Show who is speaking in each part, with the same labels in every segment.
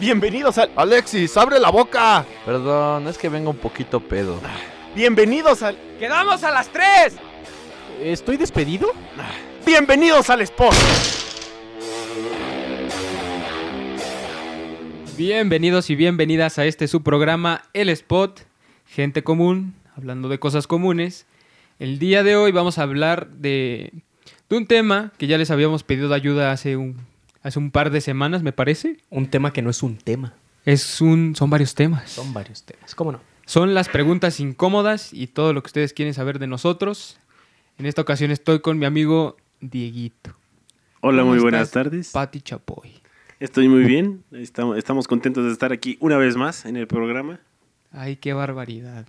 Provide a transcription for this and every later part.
Speaker 1: Bienvenidos al.
Speaker 2: Alexis, abre la boca. Perdón, es que vengo un poquito pedo.
Speaker 1: Bienvenidos al.
Speaker 3: ¡Quedamos a las tres!
Speaker 4: ¿Estoy despedido?
Speaker 1: Bienvenidos al Sport.
Speaker 3: Bienvenidos y bienvenidas a este su programa El Spot, gente común, hablando de cosas comunes. El día de hoy vamos a hablar de, de un tema que ya les habíamos pedido ayuda hace un, hace un par de semanas, me parece.
Speaker 4: Un tema que no es un tema.
Speaker 3: Es un, son varios temas.
Speaker 4: Son varios temas. ¿Cómo no?
Speaker 3: Son las preguntas incómodas y todo lo que ustedes quieren saber de nosotros. En esta ocasión estoy con mi amigo Dieguito.
Speaker 5: Hola, muy
Speaker 3: ¿Cómo
Speaker 5: buenas
Speaker 3: estás,
Speaker 5: tardes.
Speaker 3: Pati Chapoy.
Speaker 5: Estoy muy bien. Estamos, estamos contentos de estar aquí una vez más en el programa.
Speaker 3: Ay, qué barbaridad.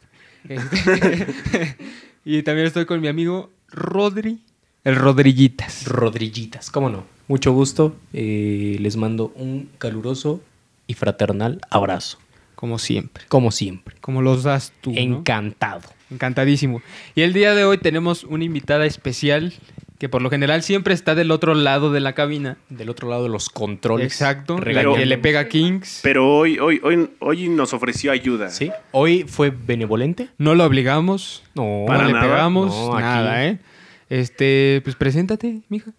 Speaker 3: Este, y también estoy con mi amigo Rodri, el Rodriguitas.
Speaker 4: Rodrillitas, ¿cómo no? Mucho gusto. eh, les mando un caluroso y fraternal abrazo.
Speaker 3: Como siempre.
Speaker 4: Como siempre.
Speaker 3: Como los das tú. ¿no?
Speaker 4: Encantado.
Speaker 3: Encantadísimo. Y el día de hoy tenemos una invitada especial que por lo general siempre está del otro lado de la cabina.
Speaker 4: Del otro lado de los controles.
Speaker 3: Exacto.
Speaker 4: Regañando.
Speaker 3: La que le pega a Kings.
Speaker 5: Pero hoy, hoy, hoy, hoy nos ofreció ayuda.
Speaker 4: Sí. Hoy fue benevolente.
Speaker 3: No lo obligamos.
Speaker 4: No.
Speaker 3: No
Speaker 5: Para
Speaker 3: le
Speaker 5: nada.
Speaker 3: pegamos.
Speaker 4: No, aquí-
Speaker 3: Nada, ¿eh? Este, pues preséntate, mija.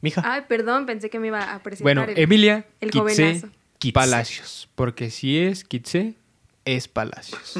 Speaker 4: Mija.
Speaker 6: Ay, perdón, pensé que me iba a presentar.
Speaker 3: Bueno,
Speaker 6: el-
Speaker 3: Emilia
Speaker 6: el
Speaker 3: Kitze
Speaker 6: jovenazo.
Speaker 4: Kitze.
Speaker 3: Palacios. Porque si es Kitze, es Palacios.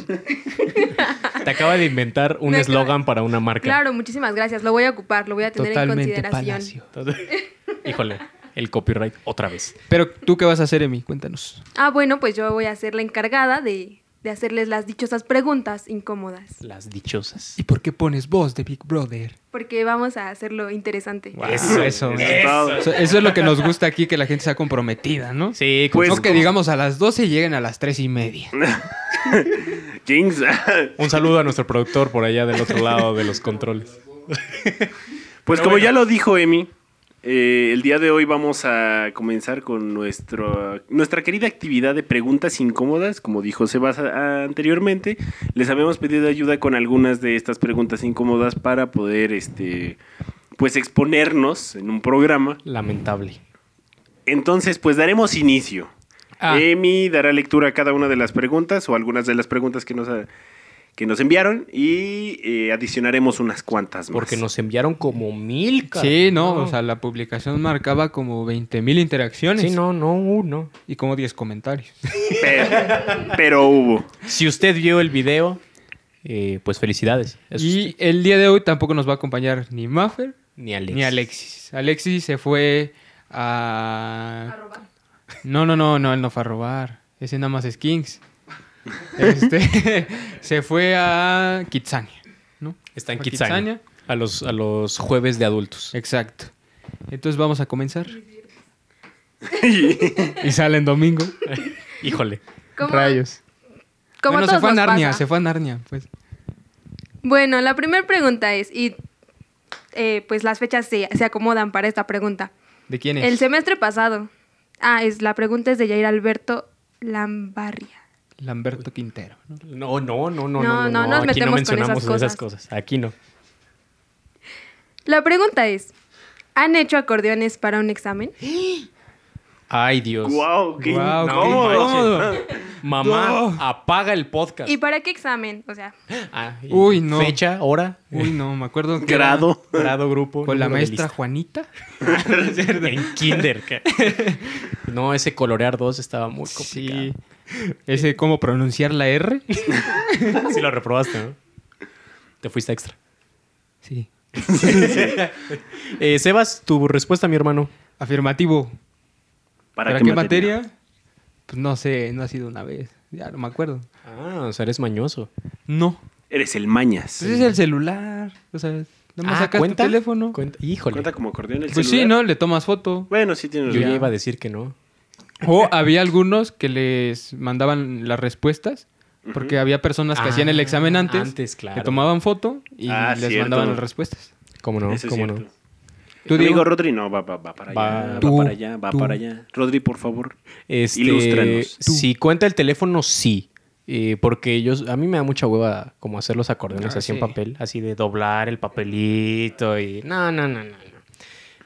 Speaker 4: Te acaba de inventar un
Speaker 6: Ah. Me acaba-
Speaker 4: eslogan para una marca.
Speaker 6: Claro, muchísimas gracias. Lo voy a ocupar, lo voy a tener
Speaker 3: Totalmente
Speaker 6: en consideración.
Speaker 3: Palacio.
Speaker 4: Híjole, el copyright otra vez.
Speaker 3: Pero tú qué vas a hacer, Emi, cuéntanos.
Speaker 6: Ah, bueno, pues yo voy a ser la encargada de, de hacerles las dichosas preguntas incómodas.
Speaker 4: Las dichosas.
Speaker 3: ¿Y por qué pones voz de Big Brother?
Speaker 6: Porque vamos a hacerlo interesante.
Speaker 3: Eso, eso.
Speaker 5: Eso es todo.
Speaker 3: Eso, eso es lo que nos gusta aquí, que la gente sea comprometida, ¿no?
Speaker 4: Sí,
Speaker 5: Pues,
Speaker 3: no que
Speaker 5: como-
Speaker 3: digamos a las 12 y lleguen a las 3 y media.
Speaker 5: Jinx.
Speaker 4: un saludo a nuestro productor por allá del otro lado de los controles.
Speaker 5: pues
Speaker 4: Pero
Speaker 5: como
Speaker 4: bueno.
Speaker 5: ya lo dijo Emi, eh, el día de hoy vamos a comenzar con nuestro, nuestra querida actividad de preguntas incómodas. Como dijo Sebas a- anteriormente, les habíamos pedido ayuda con algunas de estas preguntas incómodas para poder este, pues exponernos en un programa.
Speaker 4: Lamentable.
Speaker 5: Entonces, pues daremos inicio.
Speaker 3: Ah.
Speaker 5: Emi dará lectura a cada una de las preguntas o algunas de las preguntas que nos, ha- que nos enviaron y eh, adicionaremos unas cuantas más.
Speaker 4: Porque nos enviaron como mil. caray.
Speaker 3: Sí, no, o sea, la publicación marcaba como 20.000 interacciones
Speaker 4: Sí, no, no, uno.
Speaker 3: y como 10 comentarios.
Speaker 5: Pero, pero hubo.
Speaker 4: Si usted vio el video, eh, pues felicidades. Es
Speaker 3: Y
Speaker 4: usted.
Speaker 3: el día de hoy tampoco nos va a acompañar ni Maffer
Speaker 4: ni Alex.
Speaker 3: ni Alexis. Alexis se fue a...
Speaker 6: A robar.
Speaker 3: No, no, no, no, él no fue a robar. Ese nada más es Kings. Este, se fue a Kitsania, ¿no?
Speaker 4: Está en
Speaker 3: A
Speaker 4: Kitsania. A los, a los jueves de adultos.
Speaker 3: Exacto. Entonces vamos a comenzar. y sale en domingo.
Speaker 4: Híjole.
Speaker 6: Como,
Speaker 3: Rayos.
Speaker 6: como
Speaker 3: bueno,
Speaker 6: a
Speaker 3: se
Speaker 6: todos
Speaker 3: fue a
Speaker 6: nos
Speaker 3: Narnia,
Speaker 6: pasa.
Speaker 3: se fue a Narnia, pues.
Speaker 6: Bueno, la primera pregunta es, y eh, pues las fechas se, se acomodan para esta pregunta.
Speaker 3: ¿De quién es?
Speaker 6: El semestre pasado. Ah, es la pregunta es de Jair Alberto Lambarria.
Speaker 3: Lamberto Quintero. ¿no?
Speaker 4: No, no, no, no, no.
Speaker 6: No,
Speaker 4: No,
Speaker 6: no nos
Speaker 4: Aquí no
Speaker 6: metemos con esas
Speaker 4: mencionamos esas,
Speaker 6: cosas.
Speaker 4: cosas. Aquí no.
Speaker 6: La pregunta es, ¿han hecho acordeones para un examen?
Speaker 4: Ay, Dios.
Speaker 5: Guau, qué
Speaker 3: Guau, qué
Speaker 5: incómodo.
Speaker 4: Mamá,
Speaker 3: No.
Speaker 4: apaga el podcast.
Speaker 6: ¿Y para qué examen? O sea,
Speaker 4: Ah, y
Speaker 3: Uy, no.
Speaker 4: Fecha, hora,
Speaker 3: Uy, no, me acuerdo que era
Speaker 5: Grado.
Speaker 4: grado, grupo.
Speaker 3: con la
Speaker 4: número de
Speaker 3: maestra
Speaker 4: lista.
Speaker 3: Juanita.
Speaker 4: en kinder. ca- no, ese colorear dos estaba muy complicado.
Speaker 3: Sí. Ese cómo pronunciar la R.
Speaker 4: Sí lo reprobaste, ¿no? Te fuiste extra.
Speaker 3: Sí.
Speaker 4: Eh, Sebas, tu respuesta, mi hermano.
Speaker 3: Afirmativo.
Speaker 5: ¿Para,
Speaker 3: qué, materia? Pues no sé, no ha sido una vez. Ya no me acuerdo.
Speaker 4: Ah, o sea, eres mañoso.
Speaker 3: No.
Speaker 5: Eres el mañas.
Speaker 3: Pues es el celular. O sea, no me
Speaker 4: Ah,
Speaker 3: sacas
Speaker 4: ¿cuenta?
Speaker 3: tu teléfono.
Speaker 4: Cuenta- Híjole.
Speaker 5: Cuenta como acordeón el
Speaker 3: Pues sí, ¿no?
Speaker 5: celular?
Speaker 3: Le tomas foto.
Speaker 5: Bueno, sí tienes
Speaker 4: Yo ya
Speaker 5: razón.
Speaker 4: iba a decir que no.
Speaker 3: O había algunos que les mandaban las respuestas. Porque había personas que
Speaker 4: Ah,
Speaker 3: hacían el examen antes,
Speaker 4: antes, claro.
Speaker 3: le tomaban foto y
Speaker 5: Ah,
Speaker 3: les
Speaker 5: cierto.
Speaker 3: mandaban las respuestas.
Speaker 4: ¿Cómo no?
Speaker 5: Eso es
Speaker 4: ¿Cómo
Speaker 5: cierto.
Speaker 4: no?
Speaker 3: ¿Tú,
Speaker 5: Amigo
Speaker 3: Diego?
Speaker 5: Rodri, no, va, va, va para
Speaker 4: Va
Speaker 5: allá,
Speaker 3: tú,
Speaker 5: va para allá, va
Speaker 3: tú.
Speaker 5: para allá. Rodri, por favor.
Speaker 4: Este,
Speaker 5: Ilústranos.
Speaker 4: Tú. Si cuenta el teléfono, sí. Eh, porque yo, a mí me da mucha hueva como hacer los acordeones
Speaker 3: Ah,
Speaker 4: así en
Speaker 3: sí.
Speaker 4: papel, así de doblar el papelito y... No, no, no, no. no.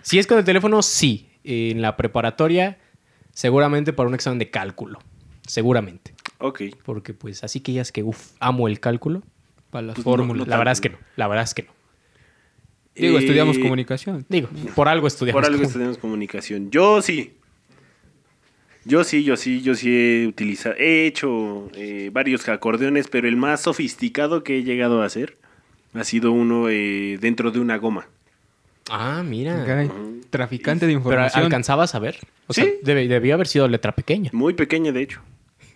Speaker 4: Si es con el teléfono, sí. Eh, en la preparatoria Seguramente para un examen de cálculo. Seguramente.
Speaker 5: Ok.
Speaker 4: Porque pues así que ya es que, uff, amo el cálculo.
Speaker 3: Para las
Speaker 5: Pues no,
Speaker 3: fórmulas.
Speaker 5: no
Speaker 4: la verdad es que no, la verdad es que no.
Speaker 3: Digo,
Speaker 5: Eh,
Speaker 3: estudiamos comunicación.
Speaker 4: Digo, por algo estudiamos.
Speaker 5: Por algo
Speaker 4: cálculo.
Speaker 5: estudiamos comunicación. Yo sí. Yo sí, yo sí, yo sí he utilizado, he hecho eh, varios acordeones, pero el más sofisticado que he llegado a hacer ha sido uno eh, dentro de una goma.
Speaker 4: Ah, mira.
Speaker 3: Caray, Traficante de
Speaker 4: Pero
Speaker 3: información.
Speaker 4: alcanzabas a ver. O sea,
Speaker 5: Sí.
Speaker 4: debe- debió haber sido letra pequeña.
Speaker 5: Muy pequeña, de hecho.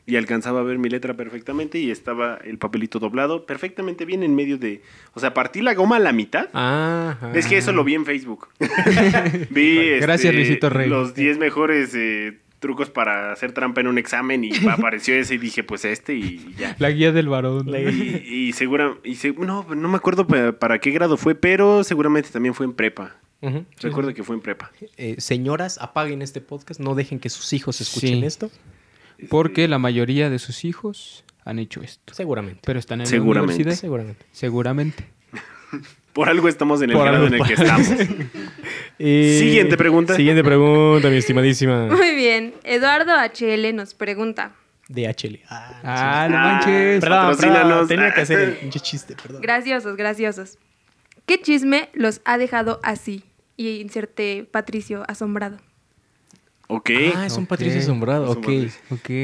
Speaker 5: Y alcanzaba a ver mi letra perfectamente y estaba el papelito doblado perfectamente bien en medio de... O sea, partí la goma a la mitad.
Speaker 4: Ah.
Speaker 5: Es que eso lo vi en Facebook. vi este,
Speaker 3: Gracias, Luisito Rey.
Speaker 5: los 10 mejores eh, trucos para hacer trampa en un examen y apareció ese y dije, pues este y ya.
Speaker 3: La guía del varón.
Speaker 5: Y, y segura, y se- no, no me acuerdo pa- para qué grado fue, pero seguramente también fue en prepa.
Speaker 4: Ujú.
Speaker 5: Recuerdo que fue en prepa.
Speaker 4: Eh, señoras, apaguen este podcast. No dejen que sus hijos escuchen
Speaker 3: Sí.
Speaker 4: esto.
Speaker 3: Porque la mayoría de sus hijos han hecho esto.
Speaker 4: Seguramente.
Speaker 3: Pero están en
Speaker 5: Seguramente.
Speaker 3: la universidad.
Speaker 4: Seguramente.
Speaker 3: Seguramente.
Speaker 5: Por algo estamos en el
Speaker 4: Por
Speaker 5: grado en
Speaker 4: algo-
Speaker 5: el que estamos. Siguiente pregunta.
Speaker 4: Eh, Siguiente pregunta, mi estimadísima.
Speaker 6: Muy bien. Eduardo HL nos pregunta.
Speaker 4: DHL. Ah, no
Speaker 3: Ah, no
Speaker 5: Ah,
Speaker 3: manches.
Speaker 5: perdón. patrocínanos.
Speaker 4: tenía que hacer el pinche chiste, perdón.
Speaker 6: Graciosos, graciosos. ¿Qué chisme los ha dejado así? Y inserte Patricio asombrado.
Speaker 5: Ok.
Speaker 4: Ah, es un
Speaker 3: Ok.
Speaker 4: Patricio asombrado,
Speaker 5: Es un
Speaker 4: ok.
Speaker 5: Patricio.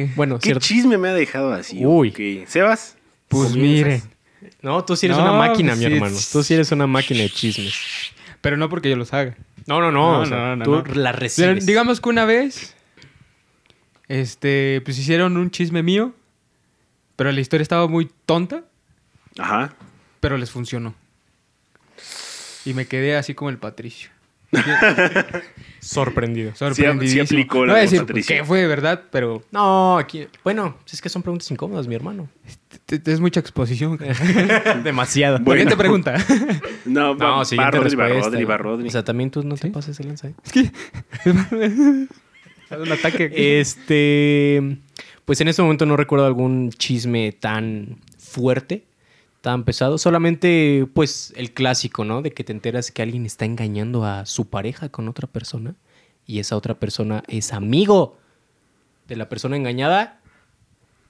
Speaker 3: Ok.
Speaker 4: Bueno,
Speaker 5: ¿Qué
Speaker 4: cierto.
Speaker 5: chisme me ha dejado así?
Speaker 4: Uy.
Speaker 5: Ok. Sebas.
Speaker 3: Pues mire.
Speaker 4: No, tú sí eres
Speaker 3: No,
Speaker 4: una máquina, mi
Speaker 3: sí.
Speaker 4: hermano. Tú sí eres una máquina de chismes.
Speaker 3: Pero no porque yo los haga.
Speaker 4: No, no, no. o sea, tú la recibes.
Speaker 3: Pero digamos que una vez, este, pues hicieron un chisme mío, pero la historia estaba muy tonta,
Speaker 5: Ajá.
Speaker 3: pero les funcionó. Y me quedé así como el Patricio.
Speaker 4: Sorprendido.
Speaker 3: Sorprendidísimo.
Speaker 5: sí aplicó la
Speaker 3: no voy a
Speaker 5: del
Speaker 3: decir
Speaker 5: Patricio.
Speaker 3: que fue, ¿verdad? Pero
Speaker 4: No, aquí. Bueno, es que son preguntas incómodas, mi hermano.
Speaker 3: t- t- es mucha exposición.
Speaker 4: Demasiado.
Speaker 5: Bueno.
Speaker 3: Siguiente pregunta.
Speaker 5: No, va,
Speaker 4: No,
Speaker 5: va
Speaker 4: siguiente
Speaker 5: Rodri, va
Speaker 4: respuesta.
Speaker 5: Rodri, va Rodri.
Speaker 4: O sea, también tú no te pases el lanza. ¿eh?
Speaker 3: un ataque.
Speaker 4: Este. Pues en este momento no recuerdo algún chisme tan fuerte, tan pesado. Solamente, pues, el clásico, ¿no? De que te enteras que alguien está engañando a su pareja con otra persona y esa otra persona es amigo de la persona engañada.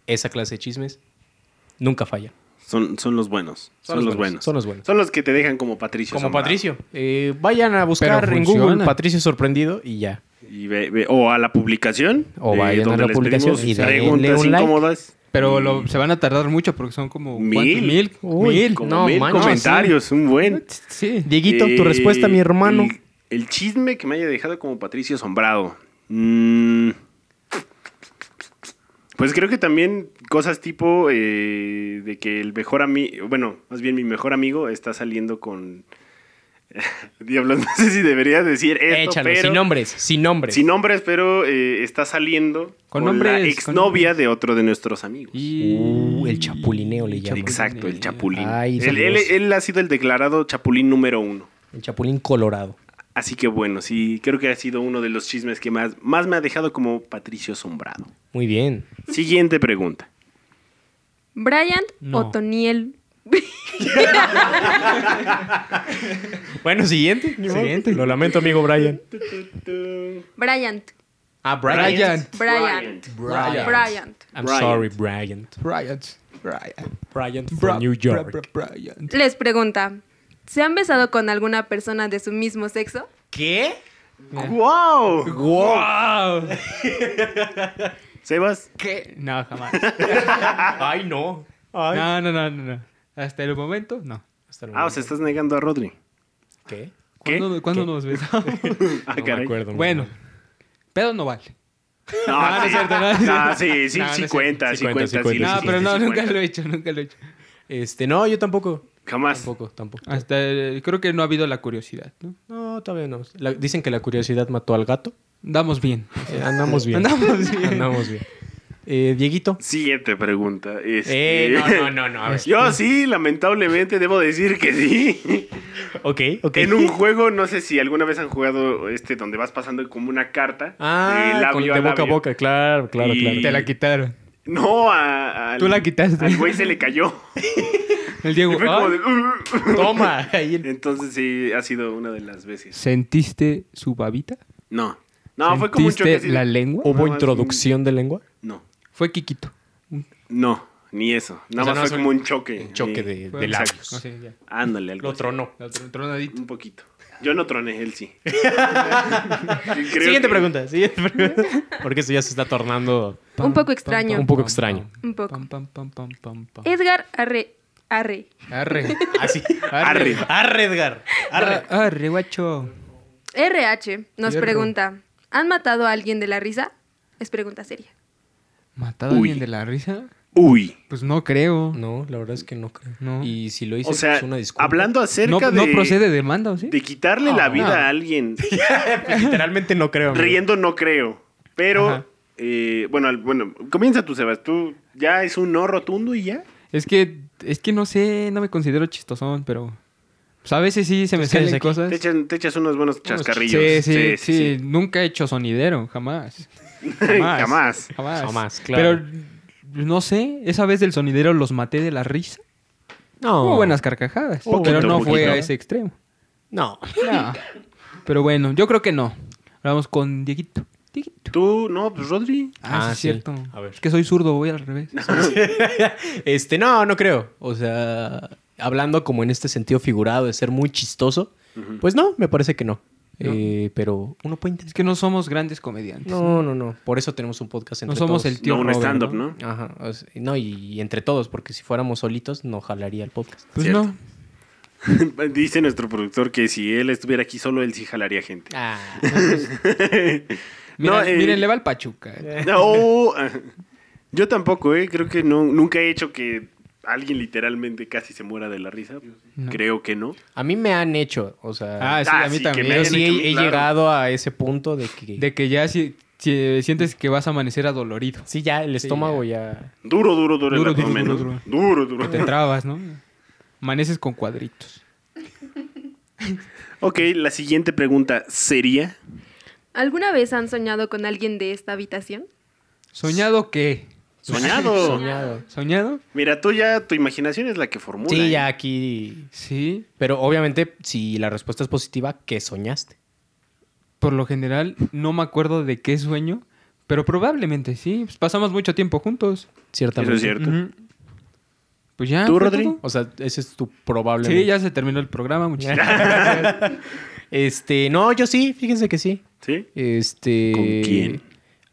Speaker 4: Esa clase de chismes nunca falla.
Speaker 5: son, son los buenos. Son, los buenos.
Speaker 4: Son los buenos.
Speaker 5: Son los que te dejan como Patricio.
Speaker 4: Como
Speaker 5: asombrado.
Speaker 4: Patricio. Eh, vayan a buscar
Speaker 3: Pero
Speaker 4: en Google
Speaker 3: funciona.
Speaker 4: Patricio Sorprendido y ya.
Speaker 5: Y ve- ve- o a la publicación.
Speaker 4: O
Speaker 5: eh,
Speaker 4: vayan a
Speaker 5: donde
Speaker 4: la
Speaker 5: les
Speaker 4: publicación
Speaker 5: pedimos
Speaker 4: y denle
Speaker 5: preguntas
Speaker 4: un like.
Speaker 5: incómodas.
Speaker 3: Pero lo- se van a tardar mucho porque son como
Speaker 5: Mil.
Speaker 3: ¿cuántos? mil,
Speaker 4: Uy,
Speaker 3: mil.
Speaker 5: Como
Speaker 4: No,
Speaker 5: mil
Speaker 4: manches.
Speaker 5: comentarios, un buen.
Speaker 3: Sí.
Speaker 4: Dieguito,
Speaker 5: Eh,
Speaker 4: tu respuesta, mi hermano.
Speaker 5: El, el chisme que me haya dejado como Patricio asombrado. Mm. Pues creo que también cosas tipo eh, de que el mejor amigo, bueno, más bien mi mejor amigo está saliendo con... Diablos, no sé si debería decir esto,
Speaker 4: Échalo,
Speaker 5: pero...
Speaker 4: sin nombres, sin nombres.
Speaker 5: Sin nombres, pero eh, está saliendo
Speaker 3: Con
Speaker 5: con,
Speaker 3: nombres,
Speaker 5: la
Speaker 3: con
Speaker 5: exnovia
Speaker 3: nombres.
Speaker 5: de otro de nuestros amigos.
Speaker 3: Y-
Speaker 4: Uh, el chapulineo le llaman.
Speaker 5: Exacto, el chapulín.
Speaker 4: Ay,
Speaker 5: él, él-
Speaker 4: saludos.
Speaker 5: él ha sido el declarado chapulín número uno.
Speaker 4: El chapulín colorado.
Speaker 5: Así que bueno, sí, creo que ha sido uno de los chismes que más, más me ha dejado como Patricio asombrado.
Speaker 4: Muy bien.
Speaker 5: Siguiente pregunta.
Speaker 6: Brian
Speaker 3: No.
Speaker 6: Otoniel.
Speaker 4: Bueno, siguiente. Siguiente. Lo lamento, amigo Brian.
Speaker 6: Bryant.
Speaker 4: Ah,
Speaker 3: Bryant.
Speaker 6: Bryant.
Speaker 4: Bryant.
Speaker 6: Bryant.
Speaker 4: I'm
Speaker 5: Bryant.
Speaker 4: sorry, Bryant.
Speaker 3: Bryant. Bryant.
Speaker 4: Bryant from
Speaker 3: Bra-
Speaker 4: New
Speaker 3: bra-
Speaker 4: York.
Speaker 3: bra- Bryant.
Speaker 6: Les pregunta, ¿se han besado con alguna persona de su mismo sexo?
Speaker 4: ¿Qué?
Speaker 5: ¡Wow!
Speaker 3: ¡Wow!
Speaker 5: Sebas,
Speaker 3: ¿Qué? No, jamás.
Speaker 4: Ay, no. Ay.
Speaker 3: No, no, no, no, no. Hasta el momento, no.
Speaker 4: Hasta el
Speaker 5: ah, o
Speaker 4: momento.
Speaker 5: sea, estás negando a Rodri.
Speaker 4: ¿Qué?
Speaker 5: ¿Qué?
Speaker 3: ¿Cuándo, cuándo nos besamos?
Speaker 5: Ah,
Speaker 4: No me
Speaker 5: caray.
Speaker 4: acuerdo.
Speaker 3: bueno, pedo no vale.
Speaker 5: No,
Speaker 3: No, no
Speaker 5: sí.
Speaker 3: es cierto, no.
Speaker 5: No, sí, sí,
Speaker 3: No, no es
Speaker 5: sí
Speaker 3: cierto.
Speaker 5: cuenta, sí
Speaker 4: Sí
Speaker 5: cuenta,
Speaker 4: cuenta,
Speaker 5: sí
Speaker 4: sí cuenta.
Speaker 5: lo
Speaker 3: No,
Speaker 5: hiciste,
Speaker 3: pero
Speaker 5: sí
Speaker 3: no, nunca
Speaker 5: cuenta.
Speaker 3: lo he hecho, nunca lo he hecho.
Speaker 4: Este, no, yo tampoco.
Speaker 5: Jamás.
Speaker 4: Tampoco, tampoco.
Speaker 3: Hasta eh, creo que no ha habido la curiosidad, ¿no?
Speaker 4: No, todavía no. La- dicen que la curiosidad mató al gato.
Speaker 3: Damos bien.
Speaker 4: Eh, andamos bien.
Speaker 3: Andamos bien.
Speaker 4: Andamos bien. Eh, Dieguito.
Speaker 5: Siguiente pregunta. este-
Speaker 4: Eh, no, no, no, no. A ver.
Speaker 5: Yo sí, lamentablemente, debo decir que sí.
Speaker 4: Ok, ok.
Speaker 5: En un juego, no sé si alguna vez han jugado este donde vas pasando como una carta
Speaker 4: Ah,
Speaker 5: de labio
Speaker 4: con- de
Speaker 5: a
Speaker 4: boca a
Speaker 5: labio.
Speaker 4: boca, claro, claro,
Speaker 5: Y-
Speaker 4: claro.
Speaker 3: Te la quitaron.
Speaker 5: No, a, al-
Speaker 3: Tú la quitaste.
Speaker 5: Al güey se le cayó.
Speaker 3: El Diego.
Speaker 5: Y fue como
Speaker 3: "Ay".
Speaker 5: de, "Uh". "Ugh".
Speaker 4: ah, Toma. ahí el-
Speaker 5: Entonces sí, ha sido una de las veces.
Speaker 3: ¿Sentiste su babita?
Speaker 5: No. No, fue como un choque así. de-
Speaker 4: la lengua?
Speaker 5: Nada
Speaker 4: ¿Hubo
Speaker 5: más
Speaker 4: introducción de lengua?
Speaker 5: No,
Speaker 3: Fue Kikito.
Speaker 5: no, ni eso. Nada
Speaker 4: O sea,
Speaker 5: más
Speaker 4: no,
Speaker 5: fue
Speaker 4: es
Speaker 5: como un choque.
Speaker 4: un choque
Speaker 5: Sí.
Speaker 4: de-
Speaker 3: de
Speaker 5: Exacto.
Speaker 4: labios.
Speaker 3: No sé, ya.
Speaker 5: Ándale, algo así.
Speaker 4: tronó.
Speaker 3: La tron- tronadita.
Speaker 5: Un poquito. Yo no troné, él sí. Sí, creo
Speaker 4: Siguiente
Speaker 5: que-
Speaker 4: pregunta, siguiente pregunta. Porque esto ya se está tornando
Speaker 6: Un poco extraño.
Speaker 4: un poco extraño.
Speaker 6: Un poco.
Speaker 3: Pam, pam, pam, pam, pam, pam.
Speaker 6: Edgar Arre. Arre.
Speaker 3: Arre.
Speaker 4: Así.
Speaker 5: Arre.
Speaker 4: Arre, Edgar.
Speaker 3: Arre. Arre, guacho.
Speaker 6: RH nos
Speaker 3: Fierro.
Speaker 6: pregunta: ¿Han matado a alguien de la risa? Es pregunta seria.
Speaker 3: ¿Matado a
Speaker 5: Uy.
Speaker 3: alguien de la risa?
Speaker 5: Uy.
Speaker 3: Pues no creo. No,
Speaker 4: No, la verdad es que no creo.
Speaker 3: No.
Speaker 4: Y si lo hice,
Speaker 5: O sea,
Speaker 4: pues una disculpa.
Speaker 5: hablando
Speaker 3: no,
Speaker 5: acerca de,
Speaker 3: procede demanda, ¿o sí?
Speaker 5: de quitarle
Speaker 3: Ah,
Speaker 5: la vida
Speaker 3: no.
Speaker 5: a alguien
Speaker 4: Literalmente no creo. amigo.
Speaker 5: riendo, no creo. Pero,
Speaker 3: Ajá.
Speaker 5: eh, bueno, al- bueno, comienza tú, Sebas. Tú ya es un no rotundo y ya.
Speaker 3: Es que, es que no sé, no me considero chistosón, pero... Pues a veces sí se me
Speaker 4: Entonces, ¿qué
Speaker 3: salen
Speaker 4: dices aquí?
Speaker 3: cosas.
Speaker 5: Te echas, te echas unos buenos chascarrillos.
Speaker 3: Pues Sí, sí, sí, Nunca he hecho sonidero, jamás. Jamás.
Speaker 5: Jamás.
Speaker 3: Jamás.
Speaker 4: Jamás, claro.
Speaker 3: Pero pues, no sé, esa vez del sonidero los maté de la risa.
Speaker 4: No.
Speaker 3: Hubo buenas carcajadas,
Speaker 5: Poquito,
Speaker 3: pero no fue
Speaker 5: poquito.
Speaker 3: a ese extremo.
Speaker 4: No.
Speaker 3: No. Pero bueno, yo creo que no. Ahora Vamos con Dieguito. Dieguito.
Speaker 5: Tú, no, pues Rodri.
Speaker 3: Ah, sí,
Speaker 4: Ah,
Speaker 3: es
Speaker 4: sí.
Speaker 3: cierto.
Speaker 4: A ver.
Speaker 3: Es que soy zurdo, voy al revés.
Speaker 4: Este, no, no creo. O sea, hablando como en este sentido figurado de ser muy chistoso, pues no, me parece que no.
Speaker 3: ¿No?
Speaker 4: Eh, pero uno puede
Speaker 3: Es
Speaker 4: intentar.
Speaker 3: que no somos grandes comediantes.
Speaker 4: No, no, no. Por eso tenemos un podcast entre
Speaker 3: no somos
Speaker 4: todos.
Speaker 3: el tío
Speaker 5: No, un
Speaker 3: Robert,
Speaker 5: stand-up, ¿no?
Speaker 4: Ajá. o sea, no, y, y entre todos, porque si fuéramos solitos, no jalaría el podcast.
Speaker 3: Pues
Speaker 5: Cierto.
Speaker 3: no.
Speaker 5: Dice nuestro productor que si él estuviera aquí solo, él sí jalaría gente.
Speaker 4: Ah,
Speaker 3: Mira,
Speaker 5: No, eh,
Speaker 3: Miren, le va al Pachuca. eh.
Speaker 5: No, ah, yo tampoco, ¿eh? Creo que no, nunca he hecho que alguien literalmente casi se muera de la risa.
Speaker 3: No.
Speaker 5: Creo que no.
Speaker 4: a mí me han hecho, o sea,
Speaker 3: Ah, sí,
Speaker 5: Ah,
Speaker 3: a mí
Speaker 5: sí, que
Speaker 3: también.
Speaker 5: me
Speaker 4: yo
Speaker 5: hayan
Speaker 4: sí
Speaker 5: hecho,
Speaker 4: he, he
Speaker 5: claro.
Speaker 4: llegado a ese punto de que
Speaker 3: De que ya si, si sientes que vas a amanecer adolorido.
Speaker 4: sí ya el
Speaker 3: Sí,
Speaker 4: estómago ya.
Speaker 5: Duro, duro, duro,
Speaker 3: Duro,
Speaker 5: el
Speaker 3: duro,
Speaker 5: abdomen,
Speaker 3: duro,
Speaker 5: ¿no? Duro, duro.
Speaker 3: Que te trabas, ¿no? Amaneces con cuadritos.
Speaker 5: Ok, la siguiente pregunta sería...
Speaker 6: ¿Alguna vez han soñado con alguien de esta habitación?
Speaker 3: ¿Soñado qué?
Speaker 5: Soñado.
Speaker 4: Soñado.
Speaker 3: ¿Soñado?
Speaker 5: Mira, tú ya, tu imaginación es la que formula.
Speaker 4: Sí,
Speaker 5: ¿eh?
Speaker 4: ya aquí.
Speaker 3: Sí.
Speaker 4: Pero obviamente, si la respuesta es positiva, ¿qué soñaste?
Speaker 3: Por lo general, no me acuerdo de qué sueño, pero probablemente sí. Pues pasamos mucho tiempo juntos.
Speaker 5: Eso
Speaker 4: Ciertamente.
Speaker 5: es cierto.
Speaker 3: Ujú. Pues ya.
Speaker 5: ¿Tú,
Speaker 3: fue
Speaker 5: Rodri?
Speaker 3: todo.
Speaker 4: O sea, ese es tu probable.
Speaker 3: Sí, ya se terminó el programa. Muchísimas gracias.
Speaker 4: Este, no, yo sí, fíjense que sí.
Speaker 5: ¿Sí?
Speaker 4: Este.
Speaker 5: ¿Con quién?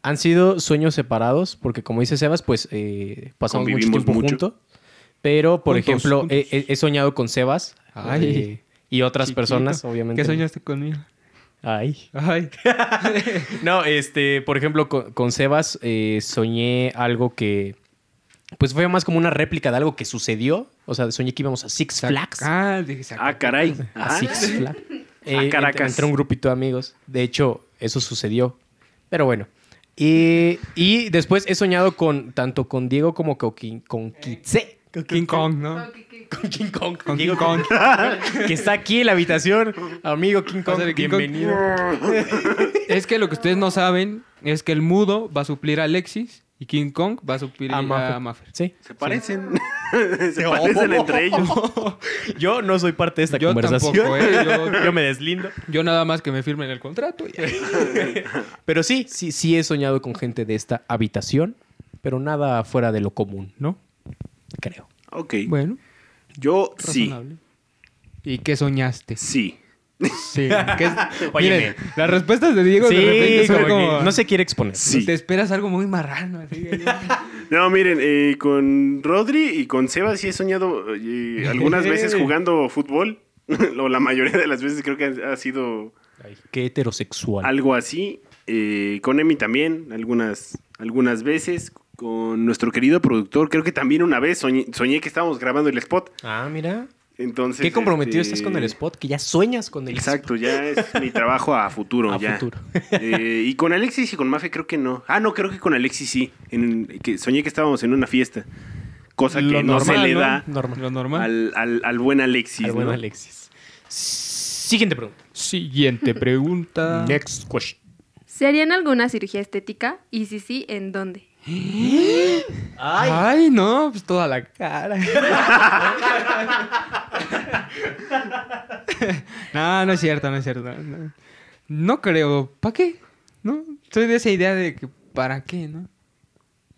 Speaker 4: Han sido sueños separados, porque como dice Sebas, pues eh, pasamos mucho
Speaker 5: Convivimos
Speaker 4: tiempo
Speaker 5: mucho.
Speaker 4: juntos. Pero, por
Speaker 3: Juntos,
Speaker 4: ejemplo,
Speaker 3: juntos.
Speaker 4: He, he- he soñado con Sebas
Speaker 3: Ay,
Speaker 4: eh, y otras
Speaker 3: Chiquito.
Speaker 4: personas, obviamente.
Speaker 3: ¿Qué soñaste conmigo?
Speaker 4: Ay.
Speaker 3: Ay.
Speaker 4: No, este, por ejemplo, con, con Sebas eh, soñé algo que. Pues fue más como una réplica de algo que sucedió. O sea, soñé que íbamos a Six Flags.
Speaker 3: Ah, dije,
Speaker 5: Ah, caray.
Speaker 4: a
Speaker 5: Ajá.
Speaker 4: Six Flags. Eh, ent-
Speaker 5: Caracas.
Speaker 4: Entre un grupito de amigos. De hecho, eso sucedió. Pero bueno. Y, y después he soñado con tanto con Diego como con, Ki- con Kitse.
Speaker 3: King Kong, ¿no?
Speaker 4: Con King Kong.
Speaker 3: Con King
Speaker 4: Diego
Speaker 3: Kong.
Speaker 4: Que está aquí en la habitación. Amigo King Kong.
Speaker 3: Pásale, King Kong.
Speaker 4: bienvenido.
Speaker 3: Es que lo que ustedes no saben es que el mudo va a suplir a Alexis y King Kong va a suplir a,
Speaker 4: Maffer.
Speaker 3: Maffer.
Speaker 4: Sí.
Speaker 5: Se parecen. Se parecen entre ellos.
Speaker 4: Yo no soy parte de esta
Speaker 3: Yo
Speaker 4: conversación.
Speaker 3: tampoco, ¿eh? Yo-
Speaker 4: Yo me deslindo.
Speaker 3: Yo nada más que me firmen el contrato. y ya.
Speaker 4: Pero sí, sí, sí he soñado con gente de esta habitación. Pero nada fuera de lo común, ¿no? Creo.
Speaker 5: Ok.
Speaker 3: Bueno,
Speaker 5: Yo sí.
Speaker 3: razonable. ¿Y qué soñaste?
Speaker 5: Sí.
Speaker 3: Sí. ¿qué es-
Speaker 4: Óyeme.
Speaker 3: Miren, las respuestas de Diego
Speaker 4: Sí,
Speaker 3: de repente son
Speaker 4: como que
Speaker 3: como-
Speaker 4: no se quiere exponer.
Speaker 5: Sí.
Speaker 3: Te esperas algo muy marrano. así.
Speaker 5: No, miren, eh, con Rodri y con Sebas sí he soñado eh, algunas veces jugando fútbol. o la mayoría de las veces creo que ha ha sido
Speaker 4: Ay, qué heterosexual.
Speaker 5: algo así. Eh, con Emi también, algunas, algunas veces. Con nuestro querido productor, creo que también una vez soñé, soñé que estábamos grabando el spot.
Speaker 4: Ah, mira.
Speaker 5: Entonces,
Speaker 4: Qué comprometido
Speaker 5: este,
Speaker 4: estás con el spot, que ya sueñas con el
Speaker 5: Exacto, ya es mi trabajo a futuro.
Speaker 4: A
Speaker 5: ya.
Speaker 4: futuro.
Speaker 5: Eh, y con Alexis y con Mafe creo que no. Ah, no, creo que con Alexis sí. En- que soñé que estábamos en una fiesta. Cosa que
Speaker 3: Lo
Speaker 5: no se
Speaker 3: normal,
Speaker 5: le
Speaker 3: ¿no?
Speaker 5: da
Speaker 4: normal.
Speaker 3: Lo normal.
Speaker 5: al, al- al buen Alexis.
Speaker 4: Al buen
Speaker 5: ¿no?
Speaker 4: Ah, Alexis. Siguiente pregunta.
Speaker 3: Siguiente pregunta.
Speaker 4: Next question.
Speaker 6: ¿Se harían alguna cirugía estética? Y si sí, ¿en dónde?
Speaker 3: Ay. no, pues toda la cara. no, no es cierto, no es cierto. No, No creo. ¿Para qué? No, soy de esa idea de que ¿para qué, no?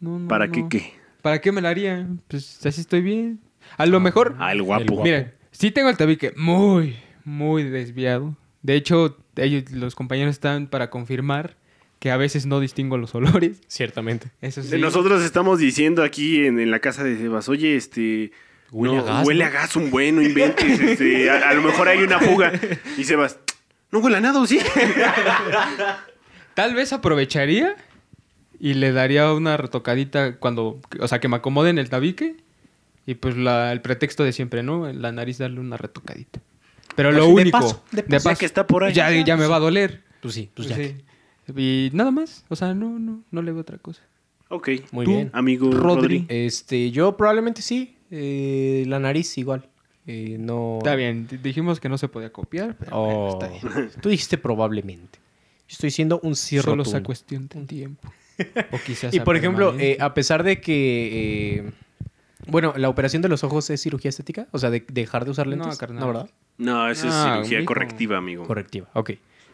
Speaker 3: No, no,
Speaker 5: ¿Para
Speaker 3: no.
Speaker 5: qué qué?
Speaker 3: ¿Para qué me la haría? Pues así estoy bien. A lo mejor,
Speaker 5: Ah, el guapo.
Speaker 4: El guapo.
Speaker 3: miren, sí tengo el tabique muy, muy desviado. De hecho, ellos, los compañeros están para confirmar que a veces no distingo los olores.
Speaker 4: Ciertamente.
Speaker 3: Eso sí.
Speaker 5: De Nosotros estamos diciendo aquí en, en la casa de Sebas, oye, este...
Speaker 4: Huele
Speaker 5: no,
Speaker 4: a gas,
Speaker 5: Huele
Speaker 4: ¿no?
Speaker 5: a gas un buen, no inventes. este, a, a lo mejor hay una fuga. Y Sebas, no huele a nada, ¿o sí?
Speaker 3: Tal vez aprovecharía y le daría una retocadita cuando, o sea, que me acomoden el tabique y pues la- el pretexto de siempre, ¿no? En la nariz darle una retocadita. Pero lo
Speaker 4: Así de
Speaker 3: único,
Speaker 4: paso, de paso.
Speaker 5: Ya que está por ahí.
Speaker 3: ya, ya me va a doler.
Speaker 4: Pues sí, pues ya.
Speaker 3: Pues sí. Y nada más, o sea, no, no, no le veo otra cosa.
Speaker 5: Ok.
Speaker 4: Muy
Speaker 5: Tú,
Speaker 4: bien.
Speaker 5: Amigo
Speaker 3: Rodri.
Speaker 5: Rodri.
Speaker 4: Este, yo probablemente sí. eh, la nariz igual. Eh, no.
Speaker 3: Está bien, d- dijimos que no se podía copiar, pero bueno,
Speaker 4: Oh,
Speaker 3: está bien.
Speaker 4: Tú dijiste probablemente. Yo estoy siendo un cierro.
Speaker 3: Solo esa cuestión de tiempo. O quizás
Speaker 4: Y
Speaker 3: a
Speaker 4: por ejemplo,
Speaker 3: permanente.
Speaker 4: eh, a pesar de que. eh, bueno, la operación de los ojos es cirugía estética. O sea, de dejar de usar
Speaker 3: No,
Speaker 4: lentes.
Speaker 3: carnal.
Speaker 4: ¿verdad?
Speaker 5: No, esa
Speaker 3: Ah,
Speaker 5: es cirugía
Speaker 3: mijo.
Speaker 5: correctiva, amigo.
Speaker 4: Correctiva. Ok.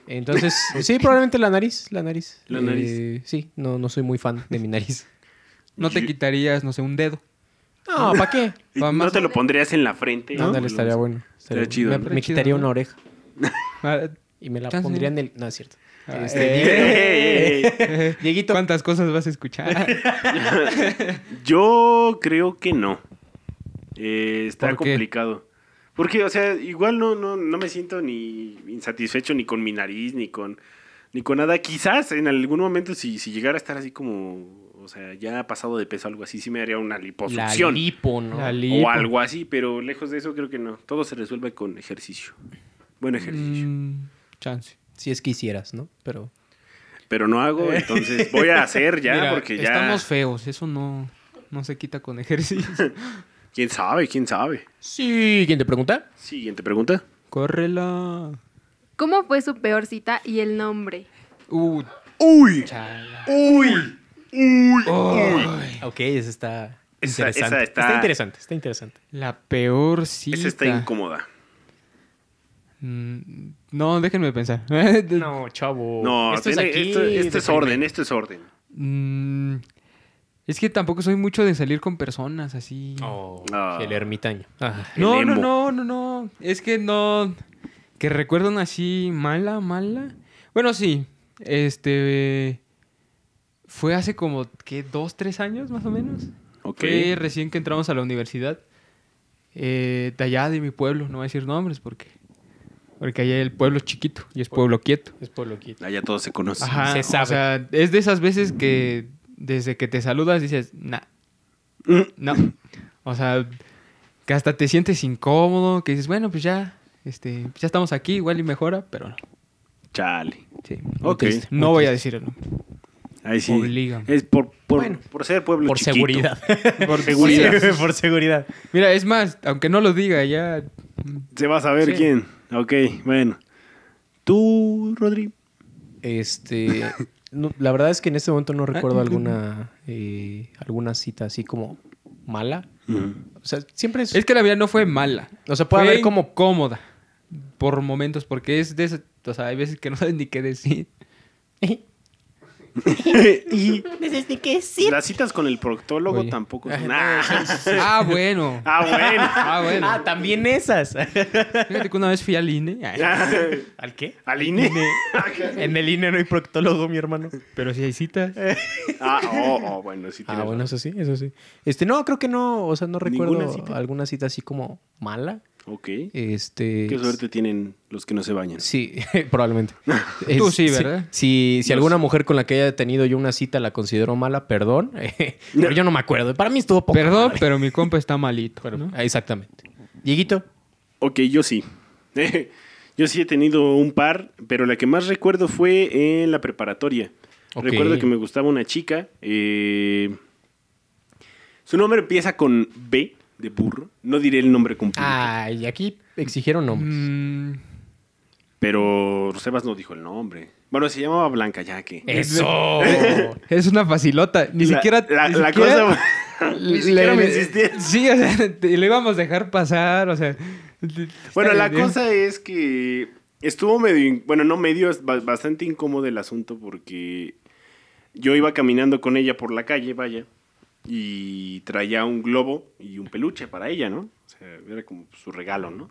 Speaker 4: Entonces, sí, probablemente la nariz. La nariz.
Speaker 5: La nariz.
Speaker 4: Eh, sí, no, no soy muy fan de mi nariz.
Speaker 3: no te
Speaker 5: yo-
Speaker 3: quitarías, no sé, un dedo.
Speaker 4: No, ¿para qué?
Speaker 5: Y
Speaker 3: Va
Speaker 5: ¿No
Speaker 3: más-
Speaker 5: te lo pondrías en la frente?
Speaker 4: No,
Speaker 5: Te lo-
Speaker 4: estaría bueno.
Speaker 5: Estaría
Speaker 4: Me,
Speaker 5: chido, ¿no?
Speaker 4: me quitaría
Speaker 3: Chido, ¿no?
Speaker 4: una oreja
Speaker 3: Ah,
Speaker 4: y me la
Speaker 3: Chance.
Speaker 4: pondría en el. No, es cierto.
Speaker 3: ah,
Speaker 4: Este,
Speaker 3: eh.
Speaker 5: ¡Ey, ey, ey!
Speaker 4: Dieguito.
Speaker 3: ¿Cuántas cosas vas a escuchar?
Speaker 5: Yo creo que no. Eh, está
Speaker 3: ¿Por qué?
Speaker 5: complicado. Porque, o sea, igual no, no, no me siento ni insatisfecho ni con mi nariz, ni con, ni con nada. Quizás en algún momento, si, si llegara a estar así como, o sea, ya pasado de peso o algo así, sí me haría una
Speaker 4: La
Speaker 5: liposucción.
Speaker 4: lipo, ¿no?
Speaker 3: La li-
Speaker 5: o algo así, pero lejos de eso creo que no. Todo se resuelve con ejercicio. Buen ejercicio.
Speaker 3: Mm, chance.
Speaker 4: Si es que hicieras, ¿no? Pero.
Speaker 5: Pero no hago, entonces voy a hacer ya,
Speaker 3: Mira,
Speaker 5: porque ya...
Speaker 3: Estamos feos, eso no, no se quita con ejercicio.
Speaker 5: ¿Quién sabe? ¿Quién sabe?
Speaker 4: Sí, ¿quién te pregunta?
Speaker 5: Siguiente pregunta.
Speaker 3: Córrela.
Speaker 6: ¿Cómo fue su peor cita y el nombre?
Speaker 3: Uh,
Speaker 5: ¡Uy!
Speaker 3: chala.
Speaker 5: ¡Uy! ¡Uy!
Speaker 3: Ay,
Speaker 4: Ok, esa está.
Speaker 5: Esa-
Speaker 4: interesante.
Speaker 5: esa está-
Speaker 4: interesante, está interesante.
Speaker 3: la peor cita.
Speaker 5: Esa está incómoda.
Speaker 3: Mm, No, déjenme pensar.
Speaker 4: No, chavo.
Speaker 5: No,
Speaker 4: esto este
Speaker 5: tiene-
Speaker 4: es ¿eh? aquí.
Speaker 5: esto, esto es
Speaker 4: déjenme.
Speaker 5: orden, esto es orden.
Speaker 3: Mm, es que tampoco soy mucho de salir con personas así.
Speaker 4: Oh,
Speaker 5: Ah.
Speaker 4: el ermitaño. Ah.
Speaker 3: No,
Speaker 5: El
Speaker 3: no,
Speaker 5: emo.
Speaker 3: no, no, no. Es que no. Que recuerdan así, mala, mala. Bueno, sí. Este. Fue hace como, ¿qué? ¿Dos, tres años más o menos?
Speaker 5: Ok.
Speaker 3: Fue recién que entramos a la universidad. eh, de allá de mi pueblo, no voy a decir nombres porque. Porque allá el pueblo es chiquito y es pueblo quieto.
Speaker 4: Es por lo que.
Speaker 5: Allá todos se conocen.
Speaker 3: Ajá.
Speaker 4: se sabe.
Speaker 3: O sea, es de esas veces que desde que te saludas dices, nah.
Speaker 5: Mm.
Speaker 3: No. O sea, que hasta te sientes incómodo, que dices, bueno, pues ya, este, ya estamos aquí, igual y mejora, pero no.
Speaker 5: Chale.
Speaker 3: Sí.
Speaker 5: Ok.
Speaker 3: Triste. No voy a decir el nombre.
Speaker 5: Ahí sí.
Speaker 3: Obligan.
Speaker 5: Es por, por,
Speaker 4: Bueno.
Speaker 5: por ser pueblo
Speaker 4: Por
Speaker 5: chiquito.
Speaker 4: seguridad.
Speaker 3: Por
Speaker 5: seguridad.
Speaker 4: Sí, por seguridad.
Speaker 3: Mira, es más, aunque no lo diga, ya.
Speaker 5: Se va a saber
Speaker 3: Sí.
Speaker 5: quién. Ok, bueno. Tú, Rodri.
Speaker 4: Este. no, la verdad es que en este momento no recuerdo alguna. eh, alguna cita así como mala. O sea, siempre es.
Speaker 3: Es que la vida no fue mala.
Speaker 4: O sea, puede
Speaker 3: Fue
Speaker 4: haber como.
Speaker 3: cómoda por momentos, porque es de esas. O sea, hay veces que no sabes ni qué decir.
Speaker 5: y Las citas con el proctólogo
Speaker 3: Oye.
Speaker 5: tampoco son. Ah,
Speaker 3: ah, bueno.
Speaker 5: ah, bueno.
Speaker 3: Ah, bueno.
Speaker 4: Ah, también esas.
Speaker 3: Fíjate que una vez fui al INE. ay,
Speaker 4: ¿Al qué?
Speaker 5: ¿Al INE?
Speaker 4: En el INE no hay proctólogo, mi hermano.
Speaker 3: Pero si hay citas.
Speaker 5: ah, oh, oh, bueno, sí
Speaker 4: Ah,
Speaker 5: tienes
Speaker 4: bueno, eso sí, eso sí. Este, no, creo que no, o sea, no recuerdo
Speaker 5: ¿Ninguna cita?
Speaker 4: alguna cita así como mala.
Speaker 5: razón. Ok.
Speaker 4: Este.
Speaker 5: Qué suerte tienen los que no se bañan.
Speaker 4: Sí, probablemente.
Speaker 3: Tú sí, ¿verdad?
Speaker 4: Si, si
Speaker 5: Yo
Speaker 4: alguna mujer con la que haya tenido yo una cita la considero mala, perdón. pero yo no me acuerdo. Para mí estuvo poco.
Speaker 3: Perdón, pero mi compa está malito. ¿no?
Speaker 5: eh,
Speaker 4: ah, Exactamente. Dieguito.
Speaker 5: Ok, yo sí. yo sí he tenido un par, pero la que más recuerdo fue en la preparatoria.
Speaker 4: Ok.
Speaker 5: Recuerdo que me gustaba una chica. eh, su nombre empieza con B de burro. No diré el nombre completo.
Speaker 3: Ah.
Speaker 4: Ay, aquí exigieron nombres.
Speaker 3: Mm,
Speaker 5: Pero Sebas no dijo el nombre. Bueno, se llamaba Blanca, ya que.
Speaker 4: Eso.
Speaker 3: Es una facilota. Eh, Ni
Speaker 5: La-
Speaker 3: siquiera.
Speaker 5: La,
Speaker 3: ni
Speaker 5: la
Speaker 3: siquiera-
Speaker 5: cosa. ni siquiera me insistieron.
Speaker 3: Sí, o sea, te- le íbamos a dejar pasar, o sea.
Speaker 5: Bueno,
Speaker 3: está
Speaker 5: la
Speaker 3: bien.
Speaker 5: cosa es que Estuvo medio, in- bueno, no medio, es ba- bastante incómodo el asunto porque yo iba caminando con ella por la calle, vaya, y traía un globo y un peluche para ella, ¿no? O sea, era como su regalo, ¿no?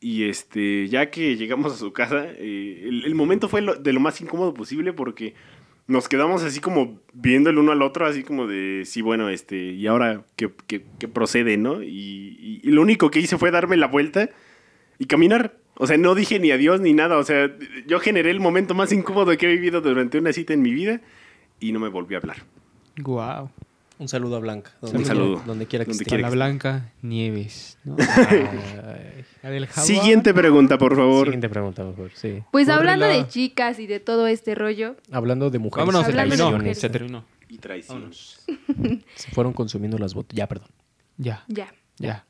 Speaker 5: Y este, ya que llegamos a su casa, eh, el, el momento fue lo- de lo más incómodo posible porque nos quedamos así como viendo el uno al otro, así como de, sí, bueno, este, y ahora que, procede, ¿no? Y- y- y lo único que hice fue darme la vuelta y caminar. O sea, no dije ni adiós ni nada. O sea, yo generé el momento más incómodo que he vivido durante una cita en mi vida y no me volví a hablar.
Speaker 3: Guau.
Speaker 4: Un saludo a Blanca.
Speaker 5: Un saludo.
Speaker 4: Donde quiera que
Speaker 5: Donde
Speaker 4: esté.
Speaker 5: quiera
Speaker 3: La
Speaker 5: que-
Speaker 3: Blanca Nieves. ¿no?
Speaker 4: Ay.
Speaker 3: La del jaguar.
Speaker 5: Siguiente pregunta, por favor.
Speaker 4: Siguiente pregunta, por favor. Sí.
Speaker 6: Pues
Speaker 3: Córrela.
Speaker 6: hablando de chicas y de todo este rollo,
Speaker 4: Hablando de mujeres.
Speaker 3: Vámonos, se
Speaker 6: Hablando de
Speaker 3: terminó.
Speaker 6: mujeres.
Speaker 3: Se terminó.
Speaker 5: Y traición.
Speaker 4: Se fueron consumiendo las botellas. Ya, perdón.
Speaker 3: Ya,
Speaker 6: ya.
Speaker 3: ya.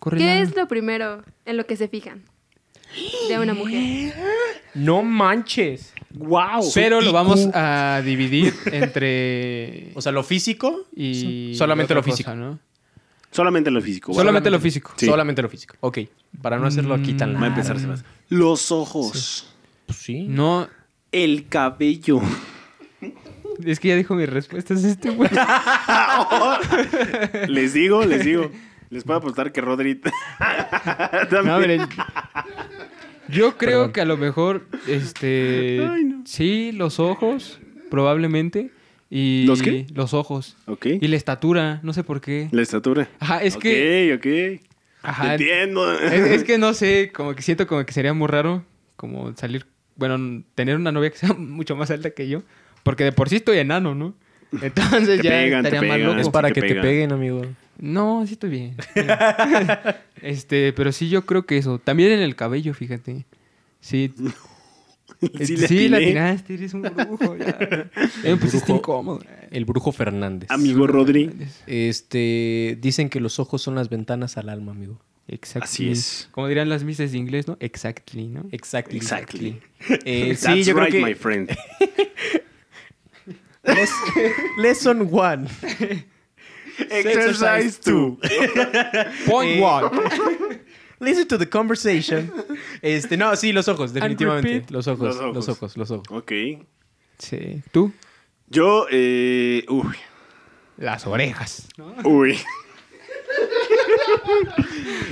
Speaker 3: Corre
Speaker 6: ¿Qué es lo primero en lo que se fijan de una mujer?
Speaker 4: No manches. Wow.
Speaker 3: Pero lo vamos a dividir entre...
Speaker 4: O sea, lo físico
Speaker 3: y
Speaker 4: solamente
Speaker 3: otra
Speaker 4: lo físico.
Speaker 3: cosa, ¿no?
Speaker 5: Solamente lo físico. ¿vale?
Speaker 3: Solamente lo físico.
Speaker 5: Sí.
Speaker 4: Solamente lo físico. Mm, Ok. Para no hacerlo aquí tan
Speaker 5: Va a
Speaker 4: largo.
Speaker 5: empezar Sebastián. Los ojos.
Speaker 4: Pues sí.
Speaker 3: No,
Speaker 5: El cabello.
Speaker 3: es que ya dijo mi respuesta. Es este güey.
Speaker 5: les digo, les digo. Les puedo apostar que Rodri. También.
Speaker 3: No, mire, yo creo que a lo mejor, este...
Speaker 5: Ay, no.
Speaker 3: Sí, los ojos, probablemente. Y
Speaker 5: ¿Los qué?
Speaker 3: Los ojos.
Speaker 5: Ok.
Speaker 3: Y la estatura, no sé por qué.
Speaker 5: La estatura.
Speaker 3: Ajá, es
Speaker 5: ok,
Speaker 3: que...
Speaker 5: ok.
Speaker 3: Ajá,
Speaker 5: Entiendo.
Speaker 3: es, es que no sé, como que siento como que sería muy raro como salir, bueno, n- tener una novia que sea mucho más alta que yo, porque de por sí estoy enano, ¿no? Entonces
Speaker 5: Te
Speaker 3: ya
Speaker 5: pegan, te
Speaker 3: estaría más
Speaker 5: pegan.
Speaker 3: loco.
Speaker 4: Es
Speaker 5: Sí
Speaker 4: para
Speaker 5: que
Speaker 4: que, te
Speaker 5: pega.
Speaker 4: peguen, amigo.
Speaker 3: No, sí estoy bien. este, pero sí yo creo que eso, también en el cabello, fíjate. Sí,
Speaker 5: Sí,
Speaker 3: Eh, sí,
Speaker 5: le
Speaker 3: la
Speaker 5: atiné.
Speaker 3: tiraste, eres un brujo. Ya. Eh, pues está
Speaker 4: brujo.
Speaker 3: incómodo.
Speaker 4: El brujo Fernández.
Speaker 5: Amigo Rodri.
Speaker 4: Este, dicen que los ojos son las ventanas al alma, amigo.
Speaker 3: Exactly.
Speaker 5: Así es.
Speaker 3: Como dirán las misas de inglés, ¿no? Exactly, ¿no?
Speaker 4: Exactly.
Speaker 5: Exactly.
Speaker 4: Eh, sí,
Speaker 5: That's
Speaker 4: yo
Speaker 5: right,
Speaker 4: creo
Speaker 5: my
Speaker 4: que
Speaker 5: friend.
Speaker 4: les- lesson one.
Speaker 5: Exercise two.
Speaker 3: Point
Speaker 4: Eh,
Speaker 3: one.
Speaker 4: Listen to the conversation. Este, no, sí, los ojos, definitivamente.
Speaker 3: repeat.
Speaker 4: Los ojos,
Speaker 5: Los
Speaker 4: los
Speaker 5: ojos.
Speaker 4: ojos, los ojos,
Speaker 5: Ok.
Speaker 3: Sí. ¿Tú?
Speaker 5: Yo, eh, uy,
Speaker 3: Las orejas.
Speaker 5: uy.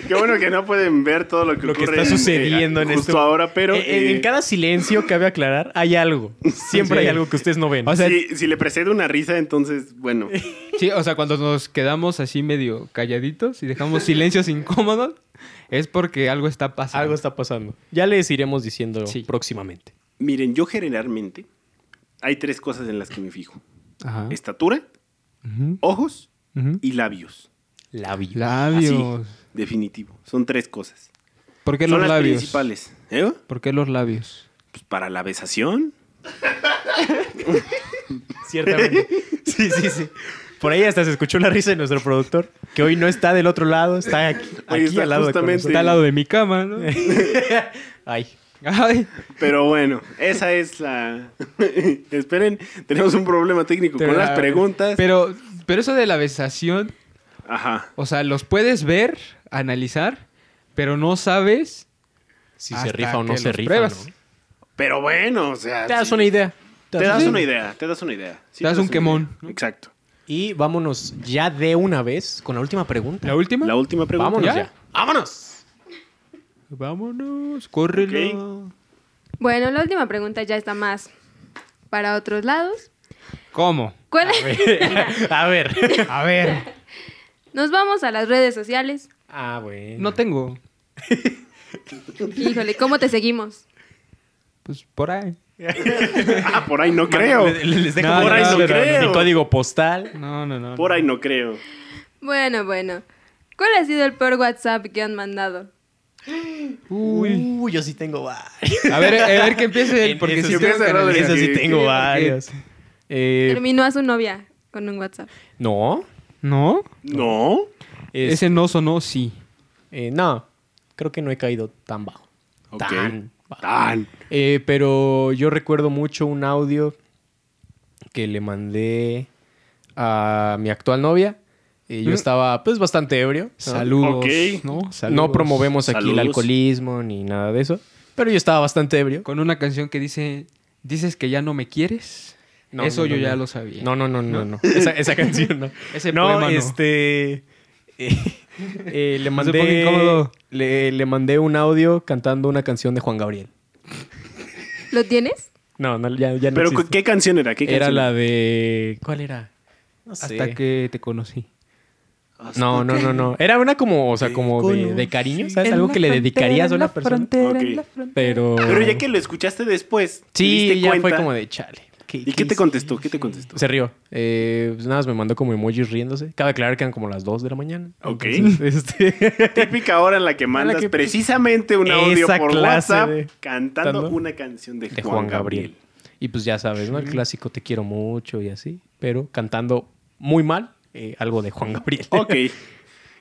Speaker 5: Qué bueno que no pueden ver todo lo que
Speaker 4: Lo que
Speaker 5: ocurre eh,
Speaker 4: está sucediendo en
Speaker 5: justo
Speaker 4: este-
Speaker 5: ahora, pero
Speaker 4: Eh, en,
Speaker 5: eh,
Speaker 4: en cada silencio cabe aclarar, hay algo. Siempre
Speaker 3: Sí.
Speaker 4: hay algo que ustedes no ven.
Speaker 3: O sea,
Speaker 5: si, si le precede una risa, entonces, bueno,
Speaker 3: Sí, o sea, cuando nos quedamos así medio calladitos y dejamos silencios incómodos, es porque algo está pasando.
Speaker 4: algo está pasando. Ya les iremos diciendo
Speaker 3: Sí.
Speaker 4: próximamente.
Speaker 5: miren, yo generalmente hay tres cosas en las que me fijo:
Speaker 3: Ajá.
Speaker 5: estatura,
Speaker 3: Ujú,
Speaker 5: ojos
Speaker 3: ujú.
Speaker 5: y labios.
Speaker 4: Labio.
Speaker 5: Así,
Speaker 3: Labios.
Speaker 5: definitivo. Son tres cosas.
Speaker 3: ¿Por qué
Speaker 5: Son
Speaker 3: los
Speaker 5: las
Speaker 3: labios?
Speaker 5: principales. ¿Eh?
Speaker 3: ¿Por qué los labios?
Speaker 5: Pues para la besación.
Speaker 4: Ciertamente. Sí, sí, sí. Por ahí hasta se escuchó la risa de nuestro productor, que hoy no está del otro lado, está aquí,
Speaker 5: Ahí
Speaker 4: aquí
Speaker 5: está,
Speaker 4: al lado de con
Speaker 5: justamente.
Speaker 4: nosotros.
Speaker 3: Está al lado de mi cama, ¿no?
Speaker 4: Ay.
Speaker 3: Ay,
Speaker 5: Pero bueno, esa es la. Esperen, tenemos un problema técnico con las preguntas.
Speaker 3: Pero, pero eso de la besación,
Speaker 5: Ajá.
Speaker 3: o sea, los puedes ver, analizar, pero no sabes
Speaker 4: Si se
Speaker 3: hasta
Speaker 4: rifa o no
Speaker 3: que
Speaker 4: se
Speaker 3: los
Speaker 4: rifa.
Speaker 3: pruebas.
Speaker 4: ¿no?
Speaker 5: Pero bueno, o sea.
Speaker 4: Te das
Speaker 5: sí.
Speaker 4: una idea.
Speaker 5: Te das una idea, te das una idea.
Speaker 3: Te
Speaker 5: Sí,
Speaker 3: das un
Speaker 5: una
Speaker 3: quemón,
Speaker 5: idea.
Speaker 3: ¿no?
Speaker 5: Exacto.
Speaker 4: Y vámonos ya de una vez con la última pregunta.
Speaker 3: ¿La última?
Speaker 5: La última pregunta.
Speaker 4: Vámonos
Speaker 3: ¿Ya?
Speaker 4: ya. ¡Vámonos!
Speaker 3: Vámonos, córrelo.
Speaker 6: Bueno, la última pregunta ya está más para otros lados.
Speaker 3: ¿Cómo?
Speaker 6: ¿Cuál es?
Speaker 4: A ver.
Speaker 3: A ver.
Speaker 6: Nos vamos a las redes sociales.
Speaker 4: Ah, bueno.
Speaker 3: No tengo.
Speaker 6: Híjole, ¿cómo te seguimos?
Speaker 3: Pues por ahí.
Speaker 5: Ah, por ahí no creo.
Speaker 4: Les, les dejo
Speaker 3: No,
Speaker 4: por
Speaker 3: no,
Speaker 4: ahí
Speaker 3: no,
Speaker 4: su-
Speaker 5: creo.
Speaker 4: mi código postal.
Speaker 3: No, no, no.
Speaker 5: Por
Speaker 3: no.
Speaker 5: ahí no creo.
Speaker 6: Bueno, bueno. ¿Cuál ha sido el peor WhatsApp que han mandado?
Speaker 3: Uy.
Speaker 4: Uy, yo sí tengo varios.
Speaker 3: A ver, a ver que empiece él, porque si
Speaker 4: Eso
Speaker 5: sí empieza Rodri.
Speaker 4: Eso sí
Speaker 5: Sí,
Speaker 4: tengo
Speaker 3: sí,
Speaker 4: varios. Eh,
Speaker 6: Terminó a su novia con un WhatsApp.
Speaker 4: no.
Speaker 3: ¿No?
Speaker 5: No.
Speaker 4: es-
Speaker 3: Ese no sonó sí.
Speaker 4: eh, no. Creo que no he caído tan bajo.
Speaker 5: Ok.
Speaker 4: Tan bajo.
Speaker 5: Tan.
Speaker 4: Eh, pero yo recuerdo mucho un audio que le mandé a mi actual novia. Y yo
Speaker 3: Mm.
Speaker 4: estaba, pues, bastante ebrio. ¿no?
Speaker 3: Saludos.
Speaker 5: Ok.
Speaker 3: ¿no?
Speaker 4: No promovemos aquí el
Speaker 5: Saludos.
Speaker 4: alcoholismo ni nada de eso. Pero yo estaba bastante ebrio.
Speaker 3: Con una canción que dice, dices que ya no me quieres.
Speaker 4: No,
Speaker 3: Eso
Speaker 4: no,
Speaker 3: yo
Speaker 4: no,
Speaker 3: ya
Speaker 4: no.
Speaker 3: lo sabía.
Speaker 4: No, no, no, no, no. Esa, esa canción no.
Speaker 3: Ese
Speaker 4: no,
Speaker 3: poema no.
Speaker 4: este. eh, eh, le
Speaker 3: No se ponga
Speaker 4: mandé.
Speaker 3: incómodo.
Speaker 4: le, le mandé un audio cantando una canción de Juan Gabriel.
Speaker 6: ¿Lo tienes?
Speaker 4: No, no, ya, ya no.
Speaker 5: Pero,
Speaker 4: existe.
Speaker 5: ¿qué canción era? ¿Qué
Speaker 4: Era
Speaker 5: canción?
Speaker 4: la de. ¿Cuál era? No sé.
Speaker 3: Hasta que te conocí.
Speaker 4: No, no, no, no. Era una como, o sea, como de, de cariño, ¿sabes? Algo que le dedicarías a una persona.
Speaker 5: Ok.
Speaker 4: Pero.
Speaker 5: Pero ya que lo escuchaste después, te
Speaker 4: Sí,
Speaker 5: diste
Speaker 4: ya fue
Speaker 5: cuenta.
Speaker 4: como de chale.
Speaker 5: ¿Y qué te contestó? ¿Qué te contestó?
Speaker 4: Se rió. Eh, pues nada más me mandó como emojis riéndose. Cabe aclarar que eran como las 2 de la mañana.
Speaker 5: Ok.
Speaker 4: Entonces, este,
Speaker 5: Típica hora en la que mandas
Speaker 4: que-
Speaker 5: precisamente un audio
Speaker 4: Esa
Speaker 5: por
Speaker 4: clase
Speaker 5: WhatsApp
Speaker 4: de-
Speaker 5: cantando
Speaker 4: ¿Tando?
Speaker 5: una canción de,
Speaker 4: de Juan Gabriel. Y pues ya sabes, ¿no? El clásico Te quiero mucho y así. Pero cantando muy mal eh, algo de Juan Gabriel.
Speaker 5: Ok.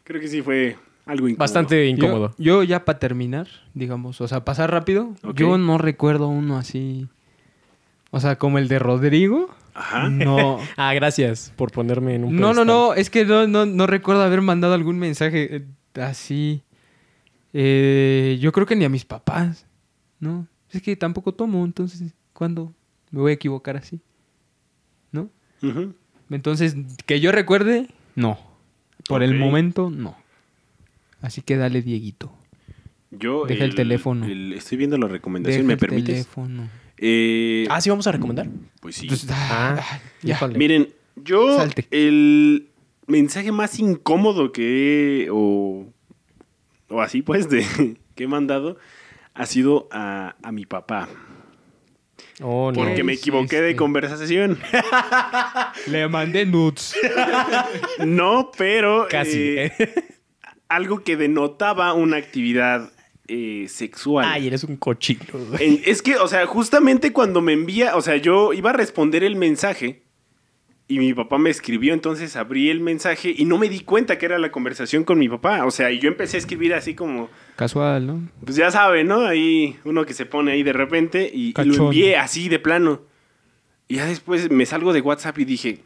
Speaker 5: Creo que sí fue algo incómodo.
Speaker 4: Bastante incómodo.
Speaker 3: Yo, yo ya para terminar, digamos, o sea, pasar rápido,
Speaker 5: Ok.
Speaker 3: yo no recuerdo uno así. O sea, como el de Rodrigo.
Speaker 5: Ajá.
Speaker 3: No.
Speaker 4: Ah, gracias por ponerme en un
Speaker 3: No, no,
Speaker 4: pedestal.
Speaker 3: no, es que no, no, no recuerdo haber mandado algún mensaje eh, así. Eh, yo creo que ni a mis papás, ¿no? Es que tampoco tomo, entonces, ¿cuándo me voy a equivocar así? ¿No?
Speaker 5: Ujú.
Speaker 3: Entonces, que yo recuerde, no. Por el
Speaker 5: Ok.
Speaker 3: momento, no. Así que dale, Dieguito.
Speaker 5: Yo,
Speaker 3: Deja el teléfono.
Speaker 5: estoy viendo la recomendación,
Speaker 3: Deja
Speaker 5: ¿me
Speaker 3: el
Speaker 5: permites?
Speaker 3: teléfono.
Speaker 5: Eh,
Speaker 4: Ah, sí, vamos a recomendar.
Speaker 5: pues sí.
Speaker 3: Pues, ah, ah, ya.
Speaker 4: Híjole.
Speaker 5: Miren, yo
Speaker 3: Salte.
Speaker 5: el mensaje más incómodo que he- o, o así pues de que he mandado ha sido a, a mi papá.
Speaker 4: Oh, no.
Speaker 5: Porque me equivoqué
Speaker 3: sí,
Speaker 5: de
Speaker 3: sí.
Speaker 5: conversación.
Speaker 3: Le mandé nudes.
Speaker 5: No, pero
Speaker 4: Casi.
Speaker 5: eh, algo que denotaba una actividad eh, sexual.
Speaker 4: Ay, eres un cochino. güey.
Speaker 5: En- es que, o sea, justamente cuando me envía, o sea, yo iba a responder el mensaje y mi papá me escribió, entonces abrí el mensaje y no me di cuenta que era la conversación con mi papá. O sea, y yo empecé a escribir así como,
Speaker 3: Casual, ¿no?
Speaker 5: pues ya sabe, ¿no? Ahí uno que se pone ahí de repente y, y
Speaker 3: Cachón.
Speaker 5: lo envié así de plano. Y ya después me salgo de WhatsApp y dije,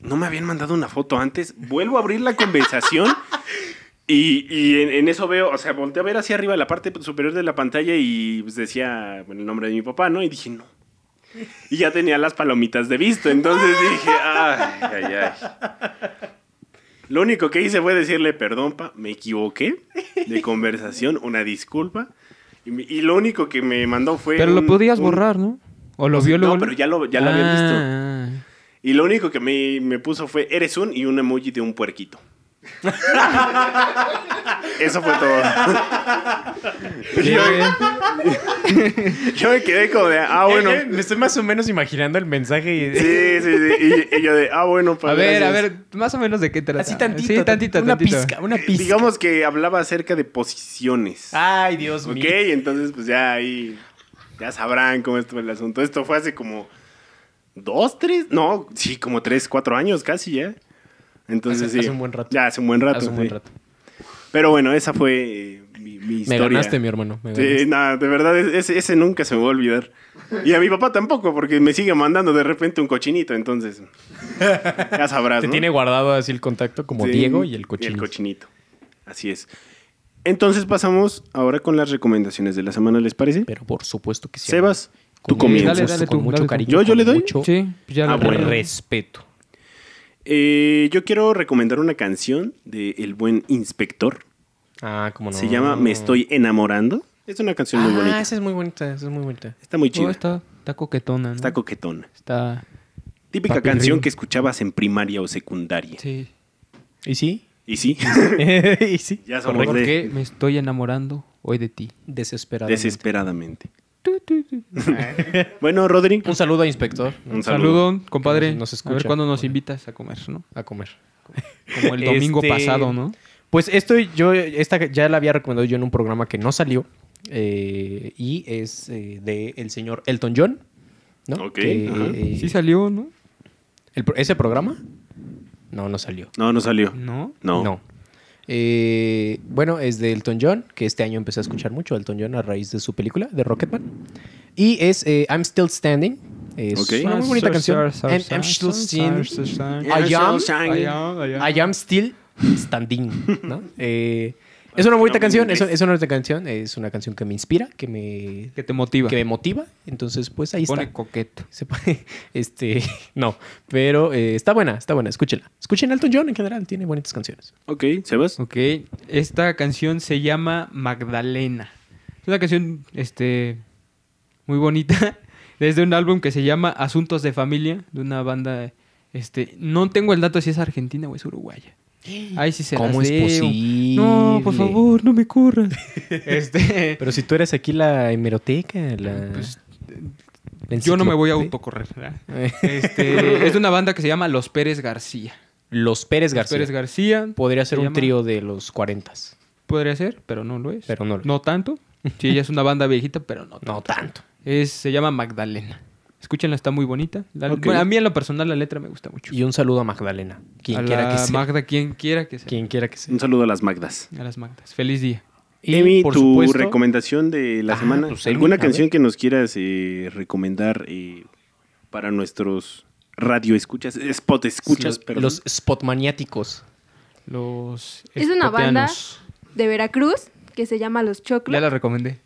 Speaker 5: no me habían mandado una foto antes, vuelvo a abrir la conversación. Y, y en, en eso veo, o sea, volteé a ver hacia arriba la parte superior de la pantalla y pues, decía bueno, el nombre de mi papá, ¿no? Y dije, no. Y ya tenía las palomitas de visto, entonces dije, ay, ay, ay. Lo único que hice fue decirle, perdón, pa, me equivoqué de conversación, una disculpa. Y, me- y lo único que me mandó fue...
Speaker 3: Pero lo
Speaker 5: un-
Speaker 3: podías
Speaker 5: un-
Speaker 3: borrar, ¿no? O lo
Speaker 5: o sea,
Speaker 3: vio luego.
Speaker 5: No, pero ya lo, ya lo habían visto.
Speaker 3: Ah.
Speaker 5: Y lo único que me, me puso fue eres un y un emoji de un puerquito. Eso fue todo.
Speaker 3: Bien, bien.
Speaker 5: Yo me quedé como de, ah, bueno.
Speaker 4: Eh, eh, me estoy más o menos imaginando el mensaje y...
Speaker 5: Sí, sí, sí. Y, y yo de, ah, bueno, pues.
Speaker 3: A ver, a
Speaker 5: gracias".
Speaker 3: ver, más o menos de qué trata.
Speaker 4: Así tantito.
Speaker 3: Sí, tantito,
Speaker 4: Una
Speaker 3: tantito.
Speaker 4: pizca, una pizca.
Speaker 5: Eh, Digamos que hablaba acerca de posiciones.
Speaker 4: Ay, Dios
Speaker 5: ok,
Speaker 4: mío.
Speaker 5: entonces, pues ya ahí. Ya sabrán cómo estuvo el asunto. Esto fue hace como. ¿Dos, tres? No, sí, como tres, cuatro años casi ya. Entonces,
Speaker 4: Hace-
Speaker 5: sí.
Speaker 4: hace un buen rato.
Speaker 5: Ya, hace un buen rato.
Speaker 4: Hace un buen
Speaker 5: sí.
Speaker 4: rato.
Speaker 5: Pero bueno, esa fue eh, mi, mi
Speaker 4: Me
Speaker 5: historia.
Speaker 4: ganaste, mi hermano. Me ganaste.
Speaker 5: Sí, nada, de verdad, ese, ese nunca se me va a olvidar. Y a mi papá tampoco, porque me sigue mandando de repente un cochinito, entonces. Ya sabrás.
Speaker 4: Te
Speaker 5: ¿no?
Speaker 4: tiene guardado así el contacto como
Speaker 5: Sí,
Speaker 4: Diego y el cochino.
Speaker 5: Y el cochinito. Así es. Entonces pasamos ahora con las recomendaciones de la semana, ¿les parece?
Speaker 4: Pero por supuesto que sí.
Speaker 5: Sebas, tú
Speaker 4: Con
Speaker 5: comienzas.
Speaker 4: mucho-
Speaker 3: Dale, dale
Speaker 4: con
Speaker 3: tú,
Speaker 4: mucho
Speaker 3: dale tú.
Speaker 4: cariño.
Speaker 5: ¿Yo- yo
Speaker 4: con
Speaker 5: le doy?
Speaker 4: mucho
Speaker 3: Sí, pues ya lo
Speaker 5: Ah, bueno.
Speaker 4: Respeto.
Speaker 5: Eh, yo quiero recomendar una canción de El Buen Inspector.
Speaker 4: Ah, como no.
Speaker 5: Se llama Me Estoy Enamorando. Es una canción muy
Speaker 4: Ah,
Speaker 5: bonita.
Speaker 4: esa es muy bonita, esa es muy bonita.
Speaker 5: Está muy
Speaker 3: Oh,
Speaker 5: chida.
Speaker 3: está, está coquetona, ¿no?
Speaker 5: Está coquetona.
Speaker 3: Está-
Speaker 5: Típica
Speaker 3: Papi
Speaker 5: canción
Speaker 3: Ring.
Speaker 5: que escuchabas en primaria o secundaria.
Speaker 3: Sí.
Speaker 4: ¿Y sí?
Speaker 5: Y sí,
Speaker 4: ¿Y sí?
Speaker 5: ya somos
Speaker 3: ¿Por
Speaker 5: de-
Speaker 3: qué me estoy enamorando hoy de ti?
Speaker 4: Desesperado.
Speaker 5: desesperadamente. Bueno, Rodri,
Speaker 4: Un saludo a Inspector.
Speaker 5: un saludo.
Speaker 3: Saludo, compadre.
Speaker 4: Nos- nos
Speaker 3: a ver
Speaker 4: escucha.
Speaker 3: cuándo nos invitas a comer, ¿no?
Speaker 4: A comer.
Speaker 3: Como el domingo
Speaker 4: Este-
Speaker 3: pasado, ¿no?
Speaker 4: Pues esto yo, esta ya la había recomendado yo en un programa que no salió. eh, y es eh, de el señor Elton John. ¿No?
Speaker 5: Ok,
Speaker 4: Que,
Speaker 5: ajá.
Speaker 4: eh,
Speaker 3: Sí salió, ¿no?
Speaker 4: el pro- ¿Ese programa? No, no salió.
Speaker 5: No, no salió.
Speaker 3: No.
Speaker 5: No.
Speaker 4: Eh, bueno, es de Elton John, que este año empecé a escuchar mucho a Elton John a raíz de su película, de Rocketman. Y es eh, I'm Still Standing. Es
Speaker 5: Ok.
Speaker 4: una muy bonita
Speaker 3: Sar,
Speaker 4: canción.
Speaker 3: sar,
Speaker 4: I'm,
Speaker 3: sar,
Speaker 4: I'm
Speaker 3: sar,
Speaker 4: Still Standing.
Speaker 3: sar, sar, sar.
Speaker 4: I am-
Speaker 5: Shine.
Speaker 3: Allá, allá.
Speaker 4: I am still standing, ¿no? Eh, Es una bonita
Speaker 5: No,
Speaker 4: canción,
Speaker 5: en
Speaker 4: es,
Speaker 5: inglés.
Speaker 4: es una bonita canción, es una canción que me inspira, que me,
Speaker 3: Que te motiva.
Speaker 4: que me motiva. Entonces, pues ahí
Speaker 3: pone
Speaker 4: está.
Speaker 3: coqueto.
Speaker 4: Se pone, este, no, pero eh, está buena, está buena, escúchenla. Escuchen Elton John en general, tiene bonitas canciones.
Speaker 5: Ok, Sebas.
Speaker 3: Ok. Esta canción se llama Magdalena. Es una canción, este, muy bonita. Desde un álbum que se llama Asuntos de Familia, de una banda, este, no tengo el dato si es argentina o es uruguaya. Ahí sí se las
Speaker 4: ¿Cómo es
Speaker 3: debo.
Speaker 4: posible?
Speaker 3: No, por favor, no me corras. este,
Speaker 4: Pero si tú eres aquí la hemeroteca, la...
Speaker 3: Pues,
Speaker 4: la
Speaker 3: yo no me voy a
Speaker 4: enciclopedia.
Speaker 3: autocorrer. ¿verdad? Este, es de una banda que se llama Los Pérez García.
Speaker 4: Los Pérez
Speaker 3: Los
Speaker 4: García.
Speaker 3: Pérez García.
Speaker 4: Podría ser
Speaker 3: se
Speaker 4: un
Speaker 3: llama-
Speaker 4: trío de los 40.
Speaker 3: Podría ser, pero no lo es.
Speaker 4: Pero no lo es.
Speaker 3: No tanto. Sí, ella es una banda viejita, pero no tanto.
Speaker 4: No tanto.
Speaker 3: Es, se llama Magdalena. Escúchenla, está muy bonita. La-
Speaker 5: Ok.
Speaker 3: bueno, a mí en lo personal la letra me gusta mucho.
Speaker 4: Y un saludo a Magdalena. Quien
Speaker 3: a
Speaker 4: quiera
Speaker 3: la
Speaker 4: que sea.
Speaker 3: Magda, quien quiera que sea.
Speaker 4: Quien quiera que sea.
Speaker 5: Un saludo a las Magdas.
Speaker 3: A las Magdas. Feliz día.
Speaker 4: Y,
Speaker 5: Emi,
Speaker 4: por
Speaker 5: tu
Speaker 4: supuesto,
Speaker 5: recomendación de la
Speaker 4: Ah,
Speaker 5: semana.
Speaker 4: pues, Emi,
Speaker 5: ¿Alguna
Speaker 4: a
Speaker 5: canción
Speaker 4: ver.
Speaker 5: que nos quieras eh, recomendar eh, para nuestros radio escuchas? Spot escuchas,
Speaker 4: los,
Speaker 5: perdón.
Speaker 4: los spotmaniáticos.
Speaker 3: Los
Speaker 6: Es una banda.
Speaker 3: espoteanos.
Speaker 6: De Veracruz, que se llama Los Choclos.
Speaker 3: Ya la recomendé.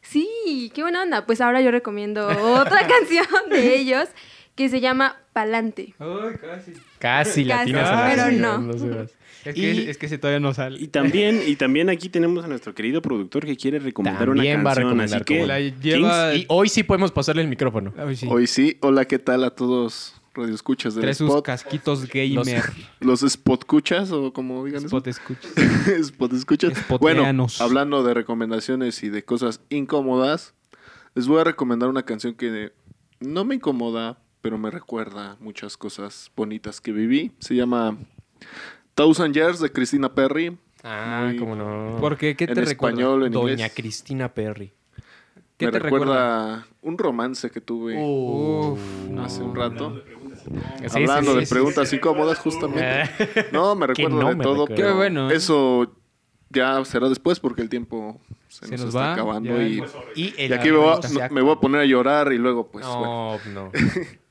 Speaker 6: Sí, qué buena onda. Pues ahora yo recomiendo otra canción de ellos que se llama Palante.
Speaker 3: Ay, casi.
Speaker 4: Casi latinas. a la
Speaker 3: pero
Speaker 4: ciudad,
Speaker 6: no.
Speaker 4: se va.
Speaker 3: Es que,
Speaker 5: Y-
Speaker 3: es que ese todavía no sale.
Speaker 5: Y también, y también aquí tenemos a nuestro querido productor que quiere recomendar
Speaker 4: También va
Speaker 5: una
Speaker 4: a
Speaker 5: canción.
Speaker 4: recomendar
Speaker 5: así que,
Speaker 4: como
Speaker 3: la
Speaker 5: Kings,
Speaker 3: lleva-
Speaker 4: Y hoy sí podemos pasarle el micrófono.
Speaker 3: Ay, sí.
Speaker 7: Hoy sí, hola, ¿qué tal a todos radioescuchas del
Speaker 3: Trae sus
Speaker 7: spot?
Speaker 3: casquitos gamer.
Speaker 7: Los spotcuchas o como digan eso.
Speaker 3: Spot escuchas.
Speaker 7: Spot escuchas. Bueno,
Speaker 3: Spoteanos.
Speaker 7: hablando de recomendaciones y de cosas incómodas, les voy a recomendar una canción que no me incomoda, pero me recuerda muchas cosas bonitas que viví. Se llama Thousand Years de Christina Perry.
Speaker 4: Ah,
Speaker 7: Muy-
Speaker 4: cómo no.
Speaker 3: ¿Por qué? ¿Qué
Speaker 7: en
Speaker 3: te recuerda?
Speaker 7: español, en
Speaker 4: Doña
Speaker 7: inglés.
Speaker 4: Cristina Perry.
Speaker 3: ¿Qué
Speaker 7: me
Speaker 3: te recuerda?
Speaker 7: recuerda, un romance que tuve
Speaker 4: Oh,
Speaker 3: Uf, no.
Speaker 7: hace un rato.
Speaker 4: Uh, Sí, sí,
Speaker 7: hablando
Speaker 4: sí,
Speaker 7: de
Speaker 4: sí,
Speaker 7: preguntas incómodas, justamente.
Speaker 4: sí.
Speaker 7: No, me
Speaker 4: Que
Speaker 7: recuerdo
Speaker 4: no
Speaker 7: de
Speaker 4: me
Speaker 7: todo,
Speaker 4: recuerdo.
Speaker 7: pero
Speaker 3: Qué bueno, ¿eh?
Speaker 7: eso ya será después porque el tiempo se,
Speaker 3: Se
Speaker 7: nos,
Speaker 3: nos
Speaker 7: está
Speaker 3: va,
Speaker 7: acabando
Speaker 3: ya.
Speaker 7: y,
Speaker 4: Y,
Speaker 7: y
Speaker 4: el
Speaker 7: aquí me voy,
Speaker 4: arroz
Speaker 7: a-
Speaker 4: se
Speaker 7: no, me voy a poner a llorar y luego pues bueno,
Speaker 4: No, no.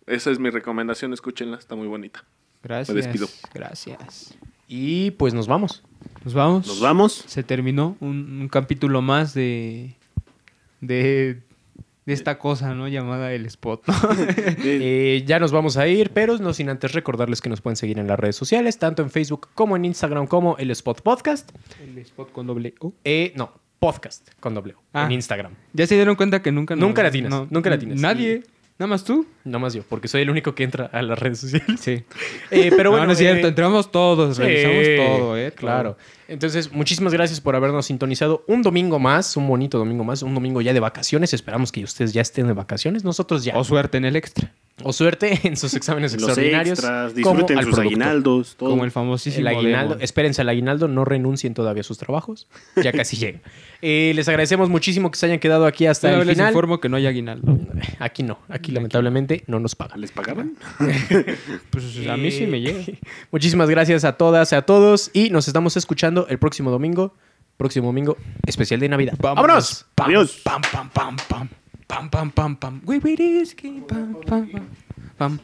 Speaker 7: esa es mi recomendación, escúchenla, está muy bonita.
Speaker 3: Gracias.
Speaker 7: Me despido.
Speaker 3: Gracias.
Speaker 4: Y pues nos vamos.
Speaker 3: Nos vamos.
Speaker 5: Nos vamos.
Speaker 3: Se terminó un, un capítulo más de, de. de esta cosa, ¿no? Llamada el spot.
Speaker 4: Eh, ya nos vamos a ir, pero no sin antes recordarles que nos pueden seguir en las redes sociales, tanto en Facebook como en Instagram, como el Spot Podcast.
Speaker 3: el spot con doble O.
Speaker 4: Eh, no, podcast con doble O,
Speaker 3: Ah.
Speaker 4: en Instagram.
Speaker 3: Ya se dieron cuenta que nunca.
Speaker 4: Nunca latinas, nunca latinas.
Speaker 3: Nadie. Nada más tú.
Speaker 4: No más yo, porque soy el único que entra a las redes sociales.
Speaker 3: Sí.
Speaker 4: Eh, pero
Speaker 3: No,
Speaker 4: bueno,
Speaker 3: no, es cierto.
Speaker 4: eh,
Speaker 3: Entramos todos.
Speaker 4: sí,
Speaker 3: Revisamos todo, ¿eh?
Speaker 4: Claro. Entonces, muchísimas gracias por habernos sintonizado un domingo más, un bonito domingo más, un domingo ya de vacaciones. Esperamos que ustedes ya estén de vacaciones. Nosotros ya.
Speaker 3: O suerte en el extra.
Speaker 4: O suerte en sus exámenes
Speaker 5: Los
Speaker 4: extraordinarios.
Speaker 5: extras,
Speaker 4: como
Speaker 5: disfruten
Speaker 4: al
Speaker 5: sus
Speaker 4: productor.
Speaker 5: aguinaldos, todo.
Speaker 3: Como el
Speaker 4: El
Speaker 3: famosísimo.
Speaker 4: aguinaldo,
Speaker 3: Demon.
Speaker 4: espérense al aguinaldo, no renuncien todavía a sus trabajos, ya casi llega. Eh, les agradecemos muchísimo que se hayan quedado aquí hasta
Speaker 3: Pero
Speaker 4: el
Speaker 3: les
Speaker 4: final.
Speaker 3: informo que no hay aguinaldo.
Speaker 4: Aquí no, aquí lamentablemente no nos pagan.
Speaker 5: ¿Les pagaban?
Speaker 3: Pues a mí sí me llega.
Speaker 4: Muchísimas gracias a todas, a todos y nos estamos escuchando el próximo domingo, próximo domingo especial de Navidad. ¡Vámonos!
Speaker 3: Pam,
Speaker 5: Adiós.
Speaker 3: Pam, pam, pam, pam. Pam, pam, pam, pam. Güey, güey, es que pam, pam, pam. Pam,